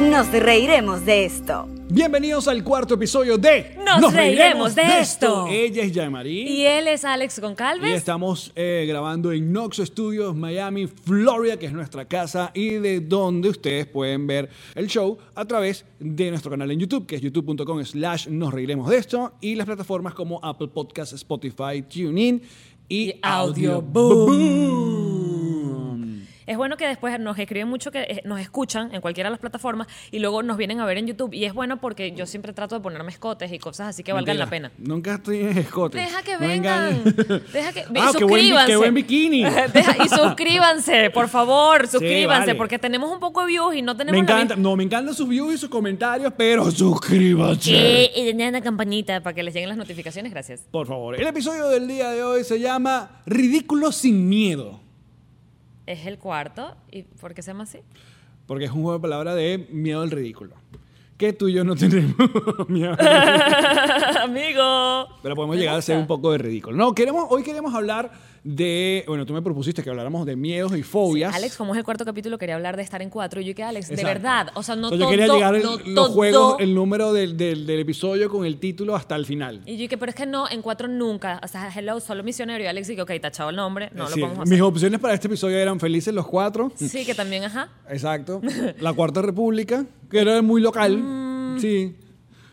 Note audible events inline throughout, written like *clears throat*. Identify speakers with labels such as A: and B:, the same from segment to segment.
A: Nos reiremos de esto.
B: Bienvenidos al cuarto episodio de
C: Nos reiremos de esto.
B: Ella es Yamarí.
C: Y él es Alex
B: Y
C: Goncalves.
B: estamos eh, grabando en Nox Studios, Miami, Florida, que es nuestra casa y de donde ustedes pueden ver el show a través de nuestro canal en YouTube, que es youtube.com slash nos reiremos de esto, y las plataformas como Apple Podcasts, Spotify, TuneIn y,
C: Y Audio
B: Boom.
C: Es bueno que después nos escriben mucho que eh, nos escuchan en cualquiera de las plataformas y luego nos vienen a ver en YouTube. Y es bueno porque yo siempre trato de ponerme escotes y cosas así que valgan la
B: Mentira,
C: pena.
B: Nunca tienes escote.
C: Deja que
B: No
C: vengan.
B: engañes.
C: *laughs* Deja que
B: Ah,
C: y
B: qué buen,
C: suscríbanse.
B: qué buen
C: *laughs*
B: bikini.
C: Deja- y suscríbanse, por favor, suscríbanse,
B: vale.
C: porque tenemos un poco de views y no tenemos
B: Me
C: la
B: encanta,
C: misma-
B: no, me encantan sus views y sus comentarios, pero suscríbanse.
C: Y, y denle a la campanita para que les lleguen las notificaciones, gracias.
B: Por favor. El episodio del día de hoy se llama Ridículo sin miedo.
C: Es el cuarto, ¿y por qué se llama así? *laughs*
B: Porque es un juego de palabras de miedo al ridículo. Que tú y yo no tenemos *laughs* miedo. al ridículo,
C: Amigo.
B: Pero podemos
C: *laughs* Me
B: llegar a ser
C: gusta.
B: un poco de ridículo. No, queremos, hoy queremos hablar de. Bueno, tú me propusiste que habláramos de miedos y fobias.
C: Alex, como es el cuarto capítulo, quería hablar de estar en cuatro. Y yo que Alex, de
B: Exacto.
C: verdad, o sea, no
B: Entonces
C: todo,
B: Yo quería llegar el,
C: no
B: los
C: todo.
B: juegos, el número del, del- del episodio con el título hasta el final.
C: Y yo que pero es que no, en cuatro nunca. O sea, hello, solo misionero. Y Alex dije, ok, tachado el nombre, no
B: Es
C: lo
B: decir,
C: podemos
B: mis
C: hacer.
B: opciones para este episodio eran felices los cuatro.
C: Sí, que también, ajá. *laughs*
B: Exacto. La Cuarta República, que era muy local.
C: Mm.
B: Sí.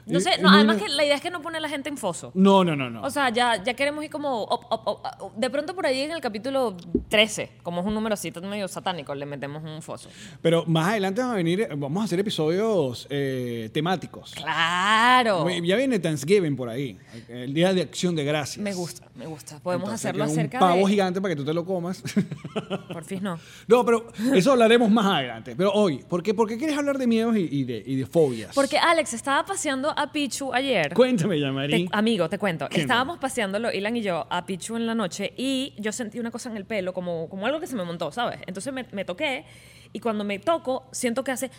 C: No
B: Y-
C: sé,
B: y
C: no,
B: muy
C: además
B: lo-
C: que la idea es que no pone a la gente en foso.
B: No, no, no, no.
C: O sea, ya, ya queremos ir como. up, up, up, up. De pronto por ahí en el capítulo 13, como es un número así medio satánico, le metemos un foso.
B: Pero más adelante vamos a venir, eh, vamos a hacer episodios eh, temáticos.
C: ¡Claro!
B: Ya viene Thanksgiving por ahí, el Día de Acción de Gracias.
C: Me gusta, me gusta. Podemos
B: Entonces,
C: hacerlo
B: que es
C: acerca
B: Un pavo
C: de.
B: gigante para que tú te lo comas. *laughs*
C: Por fin no.
B: no, pero eso hablaremos más adelante. Pero hoy, ¿por qué, por qué quieres hablar de miedos y, y de, y de fobias?
C: Porque Alex estaba paseando a Pichu ayer.
B: Cuéntame,
C: Te- ah,
B: Yamari.
C: amigo, te cuento.
B: ¿Qué no?
C: Estábamos paseándolo, Ilan y yo, a Pichu en la noche y yo sentí una cosa en el pelo, como, como algo que se me montó, ¿sabes? Entonces me, me toqué y cuando me toco, siento que hace...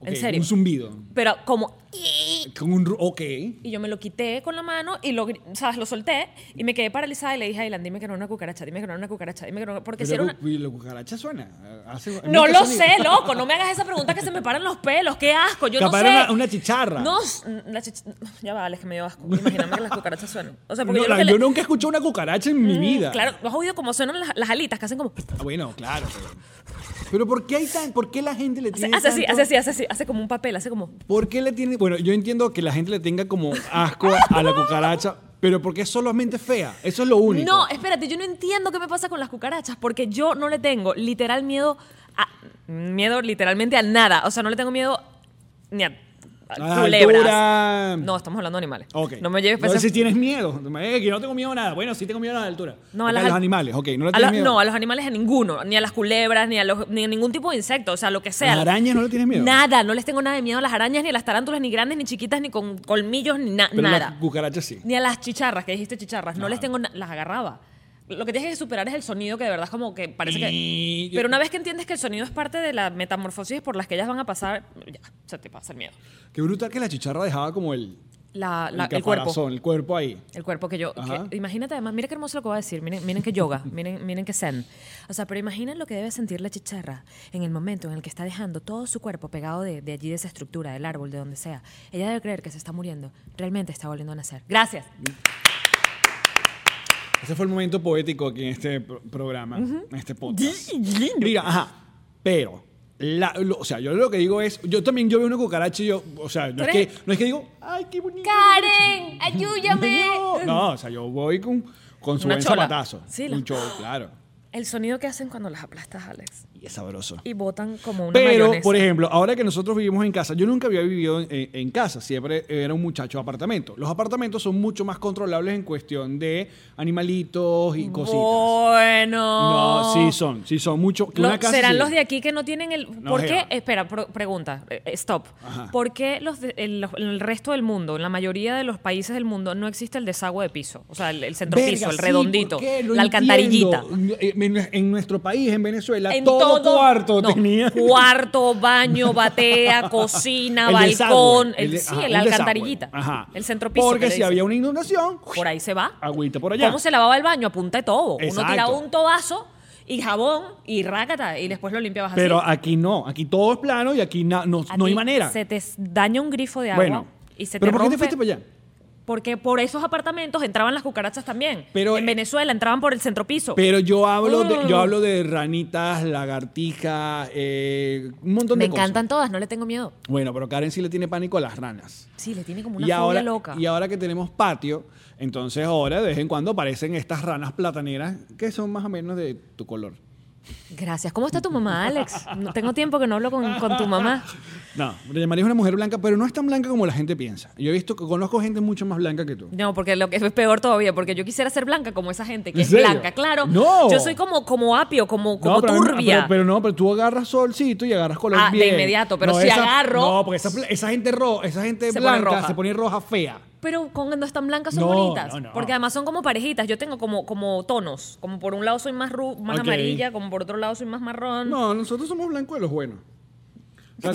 B: Ok,
C: en serio.
B: Un zumbido.
C: Pero como...
B: Con un, ru- ok.
C: Y yo me lo quité con la mano y lo, gri- ¿sabes? lo solté y me quedé paralizada y le dije a Ilan, dime que no era una cucaracha, dime que no era una cucaracha, dime que no era una-". Porque si era
B: Pero
C: una...
B: cu- y la cucaracha suena. eh, Hace-
C: No
B: emite
C: lo
B: sonido.
C: sé, loco, no me hagas esa pregunta que se me paran los pelos, qué asco, yo
B: Capaz
C: no sé.
B: era una- una chicharra.
C: No, s- la chich- ya va, Alex, que me dio asco. Imagíname que las cucarachas suenan. O sea, porque
B: No,
C: yo,
B: la-
C: lo que le- Mm,
B: yo nunca he escuchado una cucaracha en mi vida.
C: Claro, ¿no has oído cómo suenan las, las alitas que hacen como.
B: Ah, Bueno, claro. Pero, pero ¿por qué hay tan, por qué la gente le
C: Hace,
B: tiene
C: hace así,
B: tanto-
C: hace así, hace así, hace como un papel, hace como.
B: ¿Por qué le tiene? Bueno, yo entiendo que la gente le tenga como asco a la cucaracha, pero porque es solamente fea. Eso es lo único.
C: No, espérate, yo no entiendo qué me pasa con las cucarachas, porque yo no le tengo literal miedo a. Miedo literalmente a nada. O sea, no le tengo miedo ni a. a
B: A la
C: culebras.
B: altura.
C: No, estamos hablando de animales.
B: Ok.
C: No me lleves
B: No,
C: para ese-
B: si tienes miedo. Eh, que yo no tengo miedo a nada. Bueno, sí tengo miedo a la altura.
C: No, a
B: Ok,
C: las
B: los
C: al-
B: animales. Ok, no le
C: a
B: tienes
C: los-
B: miedo.
C: no, a los animales a ninguno, ni a las culebras, ni a, los, ni a ningún tipo de insecto, o sea, lo que sea.
B: ¿Las arañas no le tienes miedo?
C: Nada, no les tengo nada de miedo a las arañas, ni a las tarántulas, ni grandes, ni chiquitas, ni con colmillos, ni na-
B: Pero
C: nada.
B: la cucaracha sí.
C: Ni a las chicharras, que dijiste chicharras. No, les tengo. na- Las agarraba. Lo que tienes que superar es el sonido que de verdad es como que parece que.
B: Y-
C: Pero una vez que entiendes que el sonido es parte de la metamorfosis por las que ellas van a pasar, ya, se te pasa el miedo.
B: Qué brutal que la chicharra dejaba como el,
C: La- Ah, la-
B: el,
C: el cuerpo.
B: caparazón, el cuerpo ahí.
C: El cuerpo que yo. que-
B: Ajá.
C: imagínate además, mira qué hermoso lo que voy a decir. Miren, miren
B: *laughs*
C: qué yoga, miren, miren qué zen. O sea, pero imagina lo que debe sentir la chicharra en el momento en el que está dejando todo su cuerpo pegado de, de allí, de esa estructura, del árbol, de donde sea. Ella debe creer que se está muriendo. Realmente está volviendo a nacer. Gracias.
B: Ese fue el momento poético aquí en este pro- programa, en este podcast. Mira, ajá, pero, la- lo- o sea, yo lo que digo es, yo también, yo veo una cucaracha y yo, o sea, no es que,
C: ¿Crees?
B: no es que digo, ay, qué bonito.
C: Karen, ayúdame.
B: *laughs* No, no, o sea, yo voy con, con su
C: Una
B: buen
C: chola.
B: zapatazo.
C: Sí,
B: un
C: la-
B: show, claro.
C: El sonido que hacen cuando las aplastas, Alex.
B: Y es sabroso.
C: Y botan como una
B: Pero,
C: mayonesa.
B: por ejemplo, ahora que nosotros vivimos en casa, yo nunca había vivido en, en- en casa, siempre era un muchacho de apartamento. Los apartamentos son mucho más controlables en cuestión de animalitos y cositas.
C: Bueno.
B: No, sí son, sí son mucho. que
C: Lo-
B: una casa
C: serán
B: sí.
C: los de aquí que no tienen el.
B: No,
C: ¿Por qué?
B: jeva.
C: Espera, pro- pregunta, eh, eh, stop.
B: Ajá.
C: ¿Por qué los de- en los- en el resto del mundo, en la mayoría de los países del mundo, no existe el desagüe de piso? O sea, el, el centro
B: Verga,
C: piso, el
B: sí,
C: redondito,
B: ¿por qué? No
C: la
B: entiendo.
C: alcantarillita.
B: En, en nuestro país, en Venezuela,
C: En
B: todo, cuarto
C: no,
B: tenía.
C: *laughs* Cuarto,
B: *laughs*
C: baño, batea, cocina,
B: el desagüe,
C: balcón. el-
B: de-
C: sí,
B: ajá,
C: la
B: un desagüe.
C: alcantarillita.
B: Ajá.
C: El centro piso. que
B: Porque
C: le
B: si
C: dicen.
B: había una inundación,
C: Por ahí se va.
B: Agüita por allá.
C: ¿Cómo se lavaba el baño? A punta de todo.
B: Exacto.
C: Uno tiraba un tobazo y jabón y rácata y después lo limpiabas así.
B: Pero aquí no, aquí todo es plano y aquí na- no,
C: A
B: no hay
C: ti
B: manera.
C: Se te daña un grifo de agua
B: bueno,
C: y se
B: pero
C: te
B: ¿por qué te
C: rompe.
B: fuiste para allá?
C: Porque por esos apartamentos entraban las cucarachas también.
B: Pero,
C: en
B: eh,
C: Venezuela entraban por el centropiso.
B: Pero yo hablo, de, yo
C: Mm.
B: hablo de ranitas, lagartijas, eh, un montón
C: Me
B: de cosas.
C: encantan todas, no le tengo miedo.
B: Bueno, pero Karen sí le tiene pánico a las ranas.
C: Sí, le tiene como una
B: y
C: fobia
B: ahora,
C: loca.
B: Y ahora que tenemos patio, entonces ahora de vez en cuando aparecen estas ranas plataneras que son más o menos de tu color.
C: Gracias. ¿Cómo está tu mamá, Alex? No tengo tiempo que no hablo con, con tu mamá.
B: No, le llamarías una mujer blanca, pero no es tan blanca como la gente piensa. Yo he visto que conozco gente mucho más blanca que tú.
C: No, porque lo que es peor todavía, porque yo quisiera ser blanca como esa gente que
B: ¿En
C: es
B: serio?
C: blanca, claro.
B: No.
C: Yo soy como, como apio, como, como
B: No, pero,
C: turbia.
B: Pero, pero no, pero tú agarras solcito y agarras color
C: Ah, de
B: bien.
C: inmediato, pero
B: No,
C: si
B: esa-
C: agarro-
B: No, porque esa, pla- esa gente ro, esa gente
C: Se pone
B: blanca
C: roja.
B: se pone roja fea.
C: Pero cuando están blancas son
B: No,
C: bonitas.
B: no, no.
C: Porque además son como parejitas. Yo tengo como, como tonos. Como por un lado soy más ru- más
B: Ok.
C: amarilla, como por otro lado soy más marrón.
B: No, nosotros somos blancos de los buenos.
C: *laughs*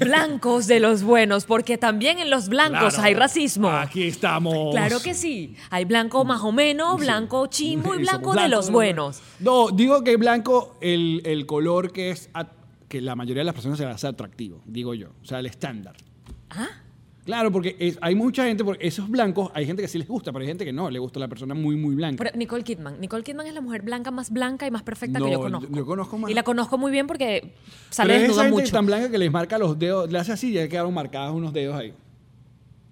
C: Blancos de los buenos, porque también en los blancos
B: Claro.
C: hay racismo.
B: Aquí estamos.
C: Claro que sí. Hay blanco más o menos, blanco
B: *laughs*
C: chimbo y
B: somos
C: blanco de
B: blancos,
C: los
B: ¿no?
C: buenos.
B: No, digo que blanco, el, el color que es at- que la mayoría de las personas se le hace atractivo, digo yo. O sea, el estándar.
C: Ah,
B: Claro, porque es- hay mucha gente, porque esos blancos, hay gente que sí les gusta, pero hay gente que no, le gusta la persona muy, muy blanca.
C: pero Nicole Kidman. Nicole Kidman es la mujer blanca más blanca y más perfecta
B: No,
C: que yo conozco.
B: yo conozco más-
C: Y la conozco muy bien porque
B: Pero
C: sale
B: es esa
C: desnuda
B: gente
C: mucho.
B: tan blanca que les marca los dedos, le hace así y ya quedaron marcados unos dedos ahí.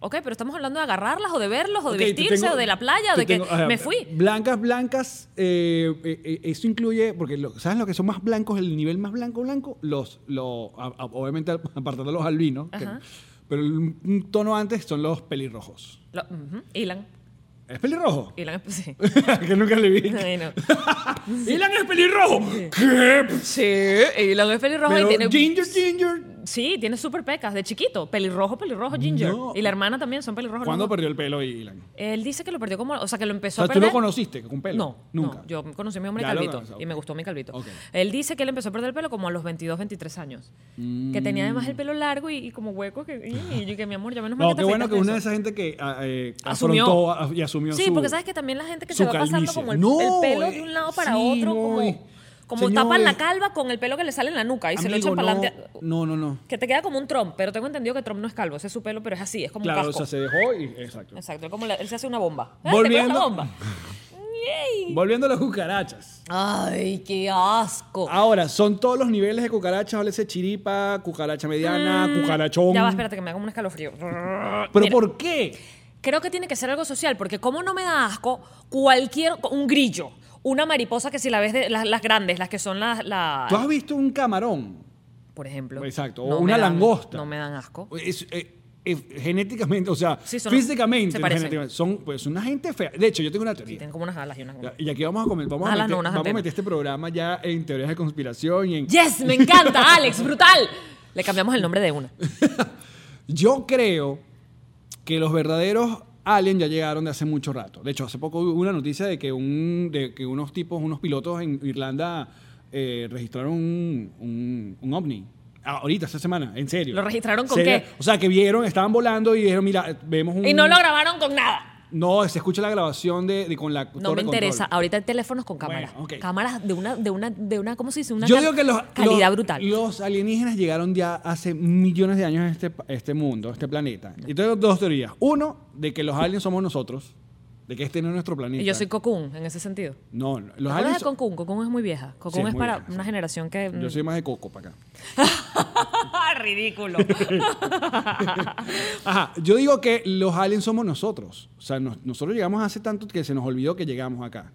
C: Ok, pero estamos hablando de agarrarlas o de verlos o de
B: Ok, te
C: vestirse
B: tengo-
C: o de la playa o
B: te
C: de que
B: tengo- o sea,
C: me fui.
B: Blancas, blancas, eh, eh, eh, eso incluye, porque lo- ¿sabes lo que son más blancos, el nivel más blanco, blanco? Los, lo, a- a- obviamente *laughs* apartando los albinos, que-
C: Ajá.
B: pero un un tono antes son los pelirrojos.
C: Lo- ujú, Ilan.
B: ¿Es pelirrojo?
C: Ilan, *laughs* sí.
B: *laughs* que nunca
C: *laughs*
B: le vi.
C: Ay, no.
B: ¡Ilan es pelirrojo! ¿Qué?
C: Sí, Ilan es pelirrojo
B: Pero
C: y tiene.
B: Ginger, Ginger.
C: Sí, tiene súper pecas de chiquito. Pelirrojo, pelirrojo, Ginger.
B: No.
C: Y la hermana también son pelirrojos.
B: ¿Cuándo
C: los dos.
B: perdió el pelo Ilan?
C: Él dice que lo perdió como. O sea, que lo
B: O
C: empezó
B: sea,
C: a
B: ¿tú
C: perder.
B: lo conociste con pelo?
C: No,
B: Nunca.
C: no, yo conocí a mi hombre
B: Ya lo
C: calvito
B: conoces,
C: y me
B: ok.
C: gustó mi calvito.
B: Ok.
C: Él dice que él empezó a perder el pelo como a los 22, 23 años. Que tenía además el pelo largo y, y como hueco. Que, y yo que mi amor, ya menos mal
B: Mm. No,
C: que te
B: qué bueno que
C: afeitaste
B: una de
C: eso".
B: esa gente que ah, eh,
C: Asumió.
B: afrontó ah, y asumió
C: Sí,
B: su-
C: porque sabes que también la gente que se
B: su
C: va pasando
B: calvicie.
C: como el,
B: No, eh,
C: el pelo de un lado para
B: sí,
C: otro,
B: no, y-
C: como, como
B: señores,
C: tapan la calva con el pelo que le sale en la nuca y se lo
B: amigo,
C: echan para adelante.
B: No, no, no. no.
C: Que te queda como un Trump, pero tengo entendido que Trump no es calvo, ese es su pelo, pero es así, es como
B: Claro,
C: un
B: o
C: casco.
B: sea, se dejó y... Exacto.
C: Exacto, es como la- él se hace una bomba. ¡Ay,
B: Volviendo-
C: ¿te acuerdas la bomba?
B: Volviendo a las cucarachas.
C: Ay, qué asco.
B: Ahora, son todos los niveles de cucarachas, háblese chiripa, cucaracha mediana, cucarachón.
C: Ah, Ya va, espérate que me hago un escalofrío.
B: ¿Pero
C: Mira,
B: por qué?
C: Creo que tiene que ser algo social, porque como no me da asco cualquier un grillo, una mariposa que si la ves de las, las grandes, las que son las la-
B: ¿Tú has visto un camarón?
C: por ejemplo.
B: Exacto, o
C: no me
B: una
C: dan-
B: langosta.
C: No me dan asco.
B: Es, eh, eh, genéticamente, o sea,
C: Sí, son-
B: físicamente,
C: se
B: no
C: parecen.
B: genéticamente, son pues, una gente fea. De hecho, yo tengo una teoría.
C: Tienen como unas alas y unas.
B: Ya- Y aquí vamos a, comer- vamos a
C: Alas,
B: meter,
C: no, unas
B: vamos a
C: antenas.
B: meter este programa ya en teorías de conspiración y en...
C: Yes, me encanta, Alex, brutal. Le cambiamos el nombre de una.
B: Yo creo que los verdaderos aliens ya llegaron de hace mucho rato. De hecho, hace poco hubo una noticia de que, un, de que unos tipos, unos pilotos en Irlanda eh, registraron un, un- un ovni. Ah, ahorita, esta semana, en serio.
C: ¿Lo registraron con qué?
B: O sea, que vieron, estaban volando y dijeron, mira, vemos un...
C: Y no lo grabaron con nada.
B: No, se escucha la grabación de, de- con la... torre
C: No me
B: de control.
C: interesa. Ahorita hay teléfonos con
B: Bueno,
C: cámaras.
B: ok.
C: Cámaras de una, de una, de una, ¿cómo se dice? Una
B: Yo
C: cal-
B: digo que los,
C: calidad
B: los-
C: brutal.
B: los alienígenas llegaron ya hace millones de años a este, pa- este mundo, a este planeta. Y tengo dos teorías. Uno, de que los aliens somos nosotros, de que este no es nuestro planeta.
C: y yo soy Cocoon en ese sentido.
B: No, no,
C: ¿Te
B: los
C: acuerdas
B: aliens.
C: de Cocoon? Cocoon es muy vieja. Cocoon
B: Sí,
C: es
B: muy
C: para
B: vieja, sí.
C: una generación que... mm, ¡Ah,
B: Yo
C: *laughs*
B: soy más de coco para acá. *laughs*
C: Ridículo.
B: Ajá, yo digo que los aliens somos nosotros. O sea, nos- nosotros llegamos hace tanto que se nos olvidó que llegamos acá.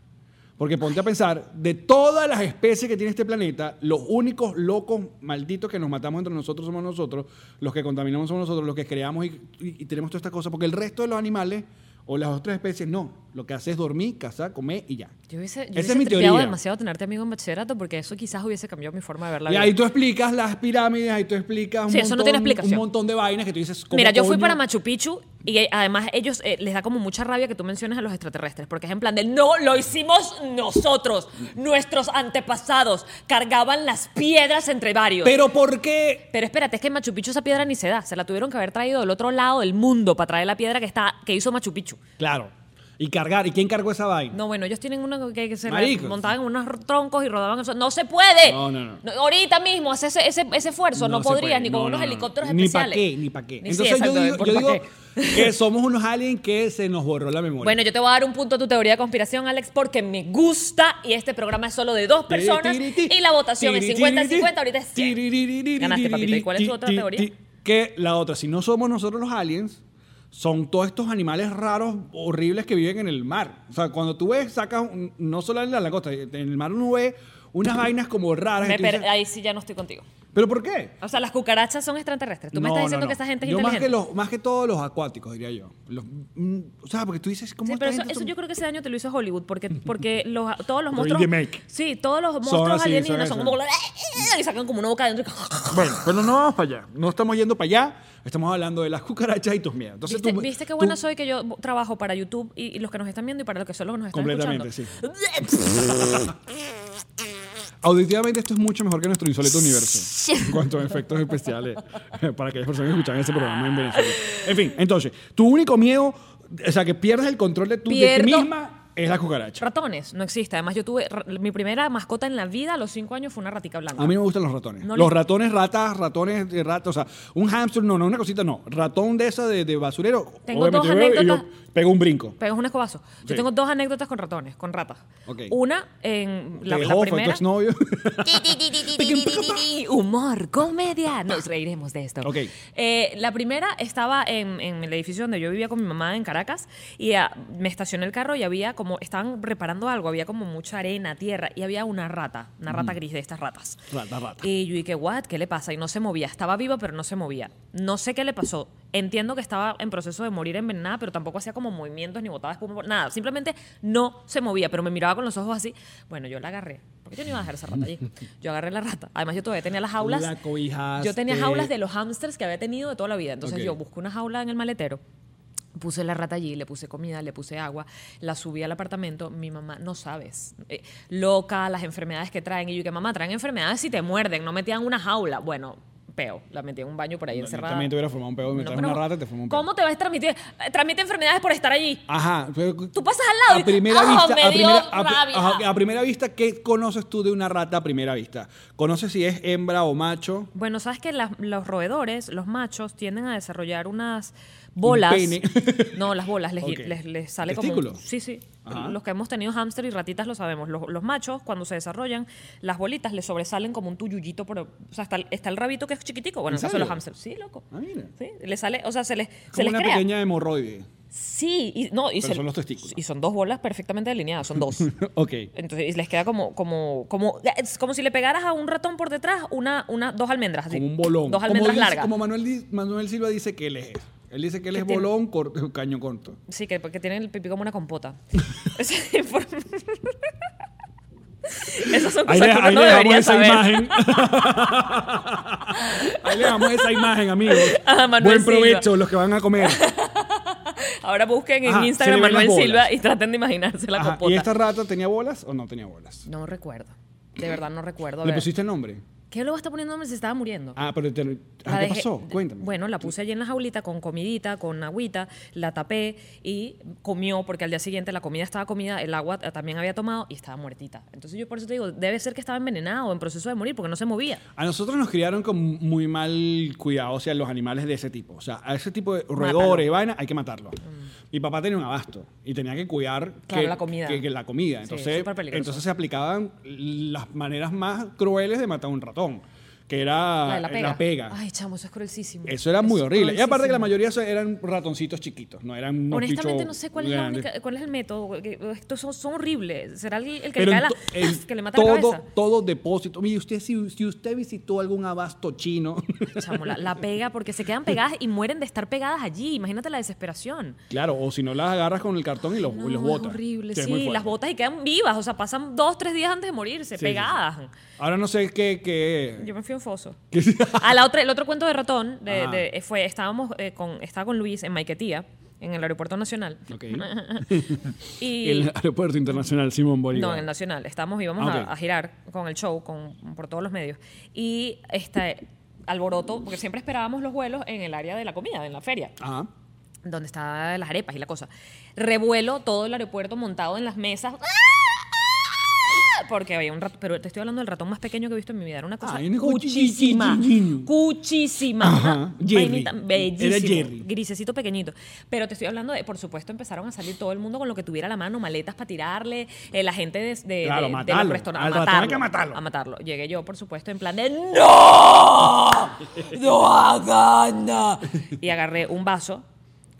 B: Porque ponte a pensar, de todas las especies que tiene este planeta, los únicos locos malditos que nos matamos entre nosotros somos nosotros, los que contaminamos somos nosotros, los que creamos y, y- y tenemos toda esta cosa, porque el resto de los animales o las otras especies no, lo que hace es dormir, cazar, comer y ya.
C: Yo hubiese,
B: Esa
C: yo
B: es
C: hubiese
B: mi
C: tripeado
B: teoría.
C: demasiado tenerte amigo en bachillerato porque eso quizás hubiese cambiado mi forma de ver
B: Y
C: la vida.
B: ahí tú explicas las pirámides, ahí tú explicas un,
C: Sí, eso
B: montón,
C: no tiene
B: un
C: explicación.
B: montón de vainas que tú dices. ¿cómo
C: Mira, yo fui
B: coño?
C: para Machu Picchu y eh, además ellos eh, les da como mucha rabia que tú menciones a los extraterrestres, porque es en plan de no, lo hicimos nosotros, nuestros antepasados cargaban las piedras entre varios. Pero,
B: Pero ¿por qué?
C: espérate, es que en Machu Picchu esa piedra ni se da, se la tuvieron que haber traído del otro lado del mundo para traer la piedra que está que hizo Machu Picchu.
B: Claro. Y cargar. ¿Y quién cargó esa vaina?
C: No, bueno, ellos tienen una que, que se
B: Marico.
C: montaban en unos troncos y rodaban eso. ¡No se puede!
B: No, no, no.
C: ahorita mismo, haces ese, ese, ese esfuerzo, no,
B: se
C: podrías,
B: puede.
C: ni con
B: No,
C: unos
B: no, no.
C: helicópteros
B: ni
C: especiales.
B: pa' qué, ni para qué.
C: Ni- sí,
B: Entonces
C: exacto,
B: yo digo,
C: ¿por
B: yo
C: pa'
B: digo
C: qué?
B: *laughs* que somos unos aliens que se nos borró la memoria.
C: Bueno, yo te voy a dar un punto a tu teoría de conspiración, Alex, porque me gusta y este programa es solo de dos personas y la votación es 50-50, ahorita es 100. Ganaste, papito. ¿Y cuál es tu otra teoría?
B: Que la otra, si no somos nosotros los aliens, son todos estos animales raros, horribles que viven en el mar. O sea, cuando tú ves, sacas, un- no solo en la langosta, en el mar uno ve unas vainas como raras. y
C: Me
B: tú
C: per-
B: dices,
C: Ahí sí ya no estoy contigo.
B: ¿Pero por qué?
C: O sea, las cucarachas son extraterrestres. Tú me
B: No,
C: estás
B: no,
C: diciendo
B: no.
C: que esa gente es
B: yo
C: inteligente.
B: Más que, los, más que todos los acuáticos, diría yo. Los- mm, o sea, porque tú dices, ¿cómo
C: Sí,
B: esta
C: pero eso,
B: gente
C: eso
B: son-
C: yo creo que ese daño te lo hizo Hollywood, porque,
B: *laughs*
C: porque los, todos los
B: Pero
C: monstruos.
B: remake.
C: Sí, todos los monstruos
B: así, son
C: alienígenas son,
B: así.
C: como. Y sacan como una boca adentro. y-
B: Bueno, pero no vamos para allá. No estamos yendo para allá. Estamos hablando de las cucarachas y tus miedos. Entonces,
C: ¿Viste,
B: tú-
C: ¿Viste qué
B: tú-
C: buena soy que yo trabajo para YouTube y, y los que nos están viendo y para los que solo nos están
B: Completamente,
C: escuchando?
B: Auditivamente esto es mucho mejor que nuestro insólito universo. En cuanto a efectos especiales. *laughs* para aquellas personas que escuchan ese programa en Venezuela. En fin, entonces, tu único miedo, o sea, que pierdas el control de, tu, de ti
C: Pierdo-
B: misma, es la cucaracha.
C: Ratones, no existe. Además, yo tuve ra- mi primera mascota en la vida a los cinco años fue una ratica blanca.
B: A mí me gustan los ratones.
C: No
B: los
C: le-
B: ratones, ratas, ratones, de ratas. O sea, un hamster, no, no, una cosita, no. Ratón de esa de, de basurero.
C: Tengo dos
B: obviamente, yo- y yo
C: anécdotas.
B: pego un brinco.
C: Pegas un escobazo.
B: Sí.
C: Yo tengo dos anécdotas con ratones, con ratas.
B: Ok.
C: Una en la,
B: Te
C: la
B: dejó, fue tu
C: primera.
B: exnovio.
C: Y Humor, comedia. Nos reiremos de esto.
B: Ok.
C: Eh, la primera estaba en, en el edificio donde yo vivía con mi mamá en Caracas y ah, me estacioné el carro y había como, estaban reparando algo, había como mucha arena, tierra y había una rata, una
B: Mm.
C: rata gris de estas ratas.
B: *laughs* Rata, rata.
C: Y yo dije, ¿what? ¿Qué le pasa? Y no se movía. Estaba viva, pero no se movía. No sé qué le pasó. Entiendo que estaba en proceso de morir envenenada, pero tampoco hacía como movimientos ni botaba espuma. por- Nada, simplemente no se movía, pero me miraba con los ojos así. Bueno, yo la agarré. Porque yo no iba a dejar esa rata allí. Yo agarré la rata. Además, yo todavía tenía las jaulas.
B: La cobijaste.
C: Yo tenía jaulas de los hámsters que había tenido de toda la vida. Entonces
B: Ok.
C: yo busqué una jaula en el maletero. Puse la rata allí, le puse comida, le puse agua, la subí al apartamento. Mi mamá, no sabes, eh, loca, las enfermedades que traen. Y yo, que mamá, traen enfermedades si te muerden, no metían una jaula. Bueno, peo, la metí en un baño por ahí
B: No, yo
C: encerrada.
B: también te hubiera formado un peo, me traes
C: pero
B: una rata, te formo un peo.
C: ¿Cómo te vas a transmitir? Eh, Transmite enfermedades por estar allí.
B: Ajá.
C: Tú pasas al lado
B: A
C: y-
B: primera
C: ¡Ah,
B: vista,
C: me
B: a
C: dio
B: primera, a, pri-
C: rabia!
B: ajá, a primera vista, ¿qué conoces tú de una rata a primera vista? ¿Conoces si es hembra o macho?
C: Bueno, sabes que las- los roedores, los machos, tienden a desarrollar unas bolas.
B: pene.
C: No, las bolas les,
B: Ok.
C: les, les sale
B: ¿Testículos?
C: como. Sí, sí.
B: Ajá.
C: Los que hemos tenido hámster y ratitas lo sabemos. Los, los machos, cuando se desarrollan, las bolitas les sobresalen como un tuyullito. Por, o sea, está, el- está el rabito que es chiquitico. Bueno,
B: ¿En
C: en el caso de los
B: serio?
C: hámster. Sí, loco.
B: Ah, mira.
C: Sí, le sale, o sea, se les, se
B: Como
C: les
B: una
C: crea.
B: pequeña hemorroide. *laughs*
C: Sí, y, no, y
B: Pero
C: se-
B: son los testículos.
C: Y son dos bolas perfectamente delineadas,
B: *laughs*
C: son dos.
B: ok.
C: Entonces y les queda como, como, como, es como si le pegaras a un ratón por detrás una, una, dos almendras. así.
B: Como un bolón.
C: Dos
B: Como
C: almendras
B: dice-
C: largas.
B: Como Manuel, di- Manuel Silva dice que él es. Él dice que él es
C: tiene?
B: bolón, corto, caño corto.
C: Sí, que, que tienen el pipí como
B: *laughs*
C: una compota. Esa inform- Esas *laughs* son
B: Ahí
C: cosas
B: le,
C: que uno
B: ahí
C: no
B: le dejamos
C: debería
B: esa
C: saber.
B: imagen. *laughs* ahí le dejamos esa imagen, amigos.
C: *laughs* Ah, Manuel
B: Buen
C: Silva.
B: provecho los que van a comer.
C: Ahora busquen en
B: Ajá,
C: Instagram
B: se le ven las
C: Manuel
B: bolas.
C: Silva y traten de imaginarse *laughs* la
B: Ajá,
C: compota.
B: ¿Y esta rata tenía bolas o no tenía bolas?
C: No recuerdo. De verdad no recuerdo. A
B: ¿Le
C: ver.
B: pusiste el nombre?
C: ¿Qué luego está poniendo nombre si estaba muriendo?
B: Ah, pero te, ah,
C: La
B: ¿qué
C: dejé-
B: pasó? Cuéntame.
C: Bueno, la puse allí en la jaulita con comidita, con agüita, la tapé y comió porque al día siguiente la comida estaba comida, el agua eh, también había tomado y estaba muertita. Entonces yo por eso te digo, debe ser que estaba envenenada o en proceso de morir porque no se movía.
B: A nosotros nos criaron con muy mal cuidado hacia los animales de ese tipo. O sea, a ese tipo de roedores y vaina hay que matarlo. Mi papá tenía un abasto y tenía que cuidar
C: Claro,
B: que,
C: la comida.
B: que- que la comida.
C: Sí,
B: Entonces,
C: súper peligroso.
B: entonces se aplicaban las maneras más crueles de matar a un ratón. que era
C: La de la pega.
B: Ah, pega.
C: Ay, chamo, eso es cruelísimo.
B: Eso era muy
C: Es
B: horrible. Y aparte que la
C: cruelísimo.
B: mayoría eran ratoncitos chiquitos, no eran unos
C: Honestamente
B: bichos
C: no sé cuál es, la
B: grandes.
C: única- cuál es el método. que- Estos son, son horribles. ¿Será el, el que,
B: Pero
C: le
B: en
C: *laughs* cae la-
B: to- en
C: que le mata la
B: todo,
C: cabeza?
B: todo depósito. Mire, usted, si, si usted visitó algún abasto chino,
C: Chamo, la, la pega, porque se quedan pegadas y mueren de estar pegadas allí. Imagínate la desesperación.
B: claro, o si no las agarras con el cartón y los, y los
C: No,
B: botas.
C: Es horrible,
B: que es
C: sí.
B: muy fuerte.
C: las botas y quedan vivas. O sea, pasan dos, tres días antes de morirse,
B: Sí, sí, sí.
C: pegadas.
B: Ahora no sé qué. qué-
C: Yo me fui a un foso.
B: qué- *laughs*
C: Ah, la otra, el otro cuento de ratón de-
B: Ah.
C: de- fue, estábamos eh, con, estaba con Luis en Maiquetía, en el aeropuerto nacional.
B: Ok.
C: *laughs* Y,
B: El aeropuerto internacional Simón Bolívar.
C: No, en el Nacional. Estábamos, íbamos
B: Ah,
C: a-
B: ok.
C: a, girar con el show con, por todos los medios. Y este alboroto, porque siempre esperábamos los vuelos en el área de la comida, en la feria,
B: Ajá.
C: donde están las arepas y la cosa. Revuelo todo el aeropuerto montado en las mesas. ¡Ah! Porque había un ratón, pero te estoy hablando del ratón más pequeño que he visto en mi vida. Era una cosa
B: Ay, no,
C: cuchísima.
B: cuchichichichiño.
C: Cuchísima.
B: Ajá,
C: Una
B: Jerry.
C: vainita
B: Era
C: Bellísimo.
B: Jerry.
C: Grisecito pequeñito. Pero te estoy hablando de, por supuesto, empezaron a salir todo el mundo con lo que tuviera a la mano, maletas para tirarle, eh, la gente de, de,
B: Claro,
C: de- de
B: matarlo.
C: los restaurantes.
B: Al
C: A
B: ratón
C: matarlo,
B: hay que matarlo.
C: A matarlo. Llegué yo, por supuesto, en plan de ¡No! ¡No hagan nada". Y agarré un vaso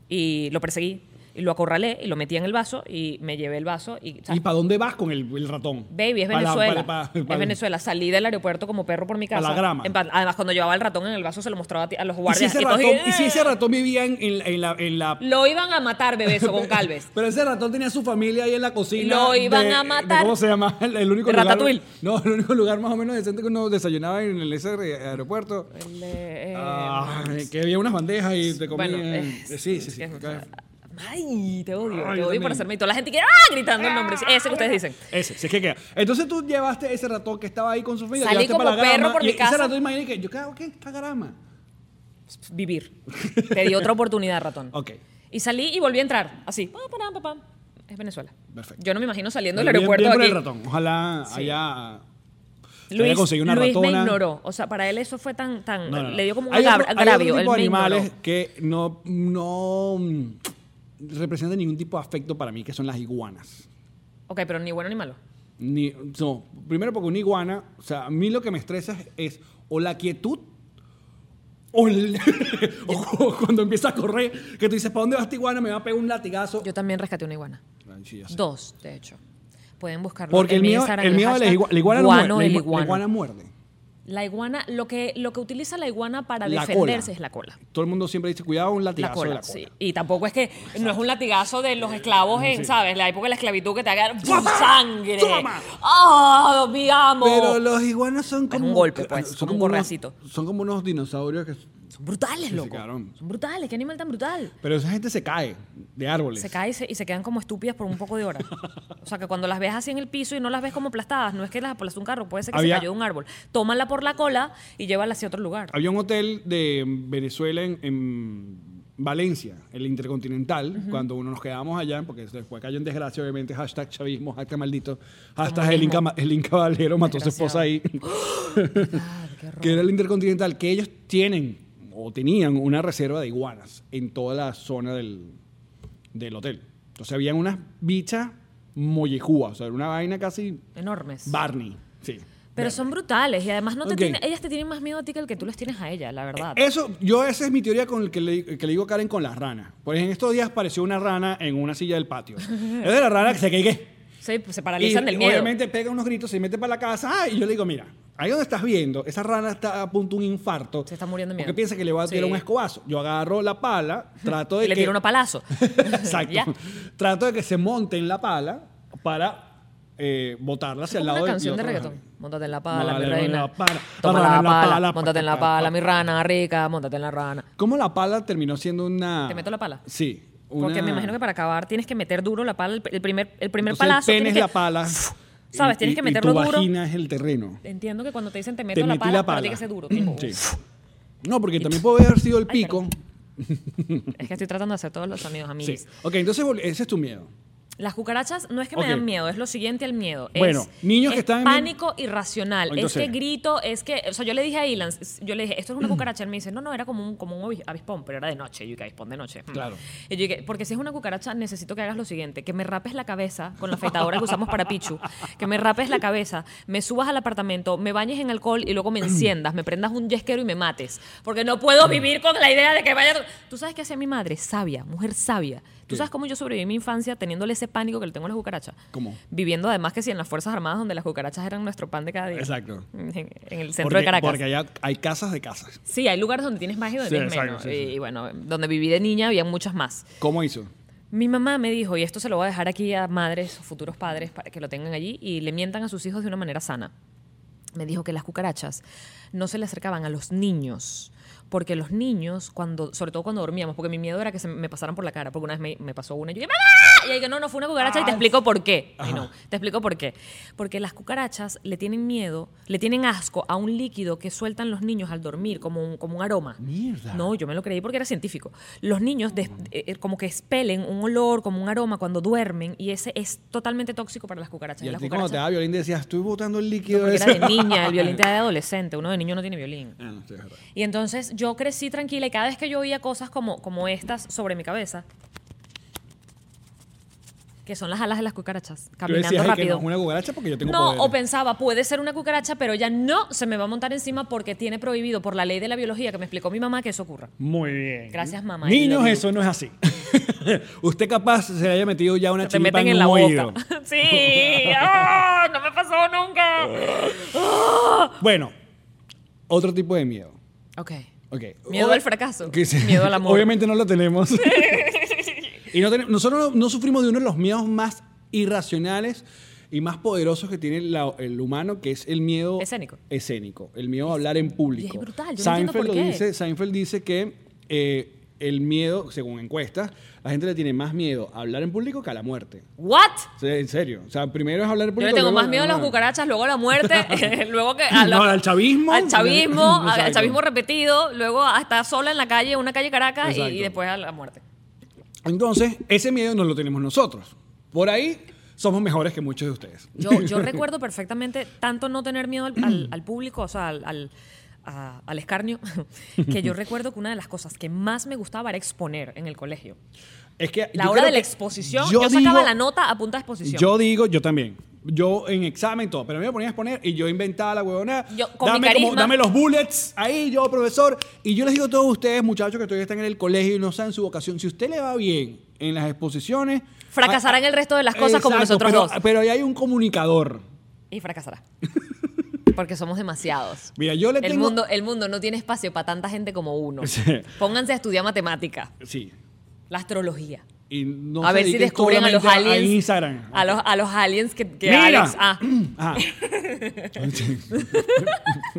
C: y lo perseguí. Y lo acorralé y lo metí en el vaso y me llevé el vaso y.
B: *laughs*
C: ¿sabes?
B: ¿Y para dónde vas con el, el ratón?
C: Baby, es
B: Pa' la-
C: Venezuela.
B: pa- pa- pa-
C: es Venezuela. Salí del aeropuerto como perro por mi
B: Pa'
C: casa.
B: la grama.
C: En plan, Además, cuando llevaba el ratón en el vaso, se lo mostraba a ti- a los
B: ¿Y si,
C: guardias.
B: ese
C: todos,
B: ratón, y si
C: "Eh".
B: ese ratón vivía en, en la- en la- en la
C: Lo iban a matar, bebeso, con
B: *laughs*
C: Calves.
B: Pero ese ratón tenía su familia ahí en la cocina.
C: Lo iban
B: de-
C: a
B: de
C: matar.
B: ¿Cómo se llama? *laughs* El, el único lugar.
C: Ratatouille.
B: No, el único lugar más o menos decente que uno desayunaba en el ese re- aeropuerto.
C: El, eh,
B: Ah, que había unas bandejas y te comían.
C: bueno,
B: Eh,
C: es-
B: sí, sí, sí.
C: es-
B: acá.
C: Ay, te odio,
B: Ay, Ah.
C: te
B: yo
C: odio
B: también.
C: por hacerme. Y toda la gente que ¡ah! gritando el nombre. Ese que ustedes dicen.
B: Ese, si es que queda. Entonces tú llevaste ese ratón que estaba ahí con su familia.
C: Salí
B: llevaste
C: como
B: para la grama,
C: perro por
B: y
C: mi casa.
B: Ese ratón, imagínate que yo, ¿qué? ¿Qué? ¿Está grama?
C: Vivir. Te di otra oportunidad, ratón.
B: Ok.
C: Y salí y volví a entrar. Así. Pa, pa, pa, pa. Es Venezuela.
B: Perfecto.
C: Yo no me imagino saliendo del
B: Bien-
C: aeropuerto
B: bien por
C: de
B: el
C: aquí.
B: ratón. Ojalá allá. te haya
C: Luis,
B: conseguido una
C: Luis me
B: ratona.
C: ignoró. O sea, para él eso fue tan. tan
B: No, no, no.
C: Le dio como un
B: Hay
C: agra-
B: otro- hay
C: agravio.
B: otro
C: Él
B: tipo de
C: me
B: animales
C: ignoró.
B: que no, no mm, representan ningún tipo de afecto para mí, que son las iguanas.
C: Ok, pero ni bueno ni malo.
B: Ni- no, primero porque una iguana, o sea, a mí lo que me estresa es o la quietud o, el- *laughs* o cuando empieza a correr, que tú dices, ¿para dónde va esta iguana? Me va a pegar un latigazo.
C: Yo también rescaté una iguana.
B: Ay, Ah, sí, ya sé.
C: Dos, de hecho. Pueden buscarlo.
B: porque
C: en
B: el
C: mi
B: miedo,
C: Instagram,
B: el miedo de la,
C: hashtag
B: igua- la iguana no
C: guano
B: muerde,
C: el
B: la igua- la
C: iguano.
B: iguana muerde.
C: La iguana, lo que, lo que utiliza la iguana para
B: La
C: defenderse
B: cola.
C: es la cola.
B: Todo el mundo siempre dice, cuidado, un
C: La
B: latigazo
C: cola,
B: de la cola.
C: sí. Y tampoco es que no es un latigazo de los esclavos en, ¿sabes? La época de la esclavitud que te haga ¡pum! sangre. ¡Ah, mi amo!
B: Pero los iguanas son como.
C: un golpe, pues, como un
B: unos-
C: correacito.
B: Son como unos dinosaurios que.
C: Son brutales,
B: Sí,
C: loco.
B: cabrón.
C: Son brutales. ¿Qué animal tan brutal?
B: Pero esa gente se cae de árboles.
C: Se cae y se, y se quedan como estúpidas por un poco
B: *laughs*
C: de horas. O sea, que cuando las ves así en el piso y no las ves como aplastadas, no es que las aplastó un carro, puede ser que
B: Había-
C: se cayó de un árbol. Tómala por la cola y llévala hacia otro lugar.
B: Había un hotel de Venezuela en, en Valencia, el Intercontinental, cuando uno nos quedábamos allá, porque después cayó en desgracia, obviamente, hashtag chavismo, hashtag maldito, hashtag el Inca, el Inca Valero mató a su esposa ahí, *laughs* que era el Intercontinental, que ellos tienen o tenían una reserva de iguanas en toda la zona del, del hotel. Entonces habían unas bichas mollejúas, o sea, era una vaina casi
C: Enormes.
B: Barney, sí.
C: Pero son brutales y además no te
B: Ok. Eh,
C: tiene- ellas te tienen más miedo a ti que el que tú les tienes a ella, la verdad.
B: Eso, yo esa es mi teoría con el que le, que le digo a Karen con las ranas. Por ejemplo, en estos días apareció una rana en una silla del
C: *laughs*
B: patio. Es de la rana que se caigue.
C: Se, se
B: Y
C: paralizan del miedo.
B: obviamente pega unos gritos, se mete para la casa. Ah, y yo le digo, mira, ahí donde estás viendo, esa rana está a punto de un infarto.
C: Se está muriendo de
B: Porque
C: miedo.
B: piensa que le va a tirar
C: Sí.
B: un escobazo. Yo agarro la
C: *laughs*
B: pala, trato de
C: y le
B: que...
C: tiro una palazo.
B: *laughs* Exacto.
C: Ya.
B: Trato de que se monte en la pala para eh, botarla hacia el
C: Como
B: lado
C: una
B: del-
C: canción
B: y
C: de
B: otra
C: reggaetón.
B: rana.
C: Móntate en la pala,
B: Móntate
C: mi
B: en la
C: reina.
B: pala,
C: Toma
B: rana
C: la
B: en la
C: pala,
B: pala,
C: móntate en la
B: pa, pa,
C: pala,
B: pa.
C: mi rana rica, móntate en la rana.
B: ¿Cómo la pala terminó siendo una...?
C: ¿Te meto la pala?
B: Sí.
C: Porque
B: una-
C: me imagino que para acabar tienes que meter duro la pala, el, el primer, el primer
B: Entonces,
C: palazo.
B: El pene
C: tienes
B: es la
C: que- *laughs*
B: pala.
C: ¿Sabes? Tienes
B: y-
C: que
B: y
C: meterlo
B: tu
C: duro.
B: vagina es el terreno.
C: Entiendo que cuando te dicen te meto
B: Te
C: la
B: metí
C: pala,
B: la
C: pero
B: pala.
C: tiene que ser duro. tipo,
B: *clears throat* Sí.
C: uf.
B: No, porque también puede haber sido el
C: Ay,
B: pico.
C: Es que estoy tratando de hacer todos los sonidos,
B: Sí.
C: amigos.
B: Ok, entonces vol- ese es tu miedo.
C: Las cucarachas no es que
B: Ok.
C: me dan miedo, es lo siguiente al miedo.
B: Bueno,
C: es,
B: niños que
C: es
B: están en-
C: pánico irracional.
B: Entonces-
C: es que grito, es que. O sea, yo le dije a Ilan, yo le dije, esto es una cucaracha. Él me dice, no, no, era como un, como un avis- avispón, pero era de noche. Yo dije, avispón de noche. Mm.
B: Claro.
C: Y yo dije, porque si es una cucaracha, necesito que hagas lo siguiente: que me rapes la cabeza con la afeitadora que usamos para Pichu, que me rapes la cabeza, me subas al apartamento, me bañes en alcohol y luego me enciendas, me prendas un yesquero y me mates. Porque no puedo vivir con la idea de que vaya. Tú sabes qué hacía mi madre, sabia, mujer sabia. ¿Tú
B: ¿Qué?
C: sabes cómo yo sobreviví mi infancia teniéndole ese pánico que le tengo a las cucarachas?
B: ¿Cómo?
C: Viviendo además que sí en las Fuerzas Armadas, donde las cucarachas eran nuestro pan de cada día.
B: Exacto.
C: En, en el centro
B: porque,
C: de Caracas.
B: Porque allá hay casas de casas.
C: Sí, hay lugares donde tienes más y donde
B: Sí,
C: tienes
B: exacto,
C: menos.
B: sí,
C: y,
B: sí.
C: y bueno, donde viví de niña había muchas más.
B: ¿Cómo hizo?
C: Mi mamá me dijo, y esto se lo voy a dejar aquí a madres o futuros padres para que lo tengan allí y le mientan a sus hijos de una manera sana. Me dijo que las cucarachas no se le acercaban a los niños. Porque los niños, cuando, sobre todo cuando dormíamos, porque mi miedo era que se me pasaran por la cara, porque una vez me, me pasó una y yo dije, ¡Mamá! Y ahí que no, no fue una cucaracha y te explico por qué. Y no, te explico por qué. Porque las cucarachas le tienen miedo, le tienen asco a un líquido que sueltan los niños al dormir, como un, como un aroma.
B: Mierda.
C: No, Oh, yo me lo creí porque era científico. Los niños des- eh, como que expelen un olor, como un aroma cuando duermen y ese es totalmente tóxico para las cucarachas.
B: Y a
C: Las
B: ti cuando te
C: cucarachas-
B: daba violín decías, estoy botando el líquido.
C: porque era
B: ese".
C: de niña,
B: *laughs*
C: el violín te da de adolescente, uno de niño no tiene violín.
B: Ah, no, sí, es verdad.
C: Y entonces yo crecí tranquila y cada vez que yo oía cosas como, como estas sobre mi cabeza, que son las alas de las cucarachas,
B: Yo decía,
C: caminando
B: "Ay, que
C: rápido.
B: no es una cucaracha porque yo tengo
C: No,
B: poderes".
C: o pensaba, puede ser una cucaracha, pero ya no se me va a montar encima porque tiene prohibido por la ley de la biología que me explicó mi mamá que eso ocurra.
B: Muy bien.
C: Gracias, mamá. I
B: Niños,
C: love you.
B: eso no es así. *laughs* Usted capaz se le haya metido ya una
C: Que te
B: chiripa
C: meten
B: en,
C: en
B: un
C: la
B: oído.
C: boca. *laughs* sí. ¡Ah! no me pasó nunca.
B: Bueno, otro tipo de miedo.
C: ok.
B: Ok.
C: Miedo
B: Obvia-
C: al fracaso.
B: que sí.
C: Miedo al amor.
B: Obviamente no lo
C: *laughs*
B: tenemos. y no tenemos- nosotros no, no sufrimos de uno de los miedos más irracionales y más poderosos que tiene la- el humano, que es el miedo
C: Escénico.
B: escénico, el miedo a hablar en público.
C: Y es brutal, yo no
B: Seinfeld
C: entiendo por
B: lo
C: qué.
B: dice, Seinfeld dice que eh, el miedo, según encuestas, la gente le tiene más miedo a hablar en público que a la muerte.
C: What?
B: O sea, en serio. O sea, primero es hablar en
C: Yo
B: público.
C: le tengo
B: luego-
C: más miedo a las
B: no, no.
C: cucarachas, luego a
B: *laughs*
C: la muerte, *laughs* luego que a
B: No, al chavismo.
C: al
B: *laughs*
C: chavismo, a- al
B: Exacto.
C: chavismo repetido, luego a estar sola en la calle, una calle Caracas y,
B: Exacto.
C: y después a la muerte.
B: Entonces, ese miedo no lo tenemos nosotros. Por ahí somos mejores que muchos de ustedes.
C: Yo, yo recuerdo perfectamente tanto no tener miedo al, al- al público, o sea, al, al- a- al escarnio, *laughs* que yo recuerdo que una de las cosas que más me gustaba era exponer en el colegio.
B: Es que
C: La
B: yo
C: hora
B: creo
C: de la
B: que-
C: exposición, yo, sacaba la nota a punta de exposición.
B: Yo digo, yo también. Yo en examen todo, pero a mí me ponía a exponer y yo inventaba la huevona.
C: Yo, con mi
B: dame,
C: carisma.
B: dame los bullets ahí, yo, profesor. Y yo les digo a todos ustedes, muchachos que todavía están en el colegio y no saben su vocación, si usted le va bien en las exposiciones.
C: Fracasará
B: ah,
C: en el resto de las cosas como
B: exacto,
C: nosotros
B: pero-
C: dos.
B: Pero ahí hay un comunicador.
C: Y fracasará. *laughs* Porque somos demasiados.
B: Mira, yo le
C: el
B: tengo-
C: mundo, el mundo no tiene espacio para tanta gente como uno.
B: Sí.
C: Pónganse a estudiar matemática,
B: Sí.
C: la astrología.
B: Y no
C: a
B: se
C: ver si
B: dediquen
C: descubren a los
B: solamente
C: aliens.
B: Instagram.
C: A los, a los aliens que, que
B: Mira.
C: Alex.
B: *clears throat*
C: Ah, *laughs*
B: Ajá.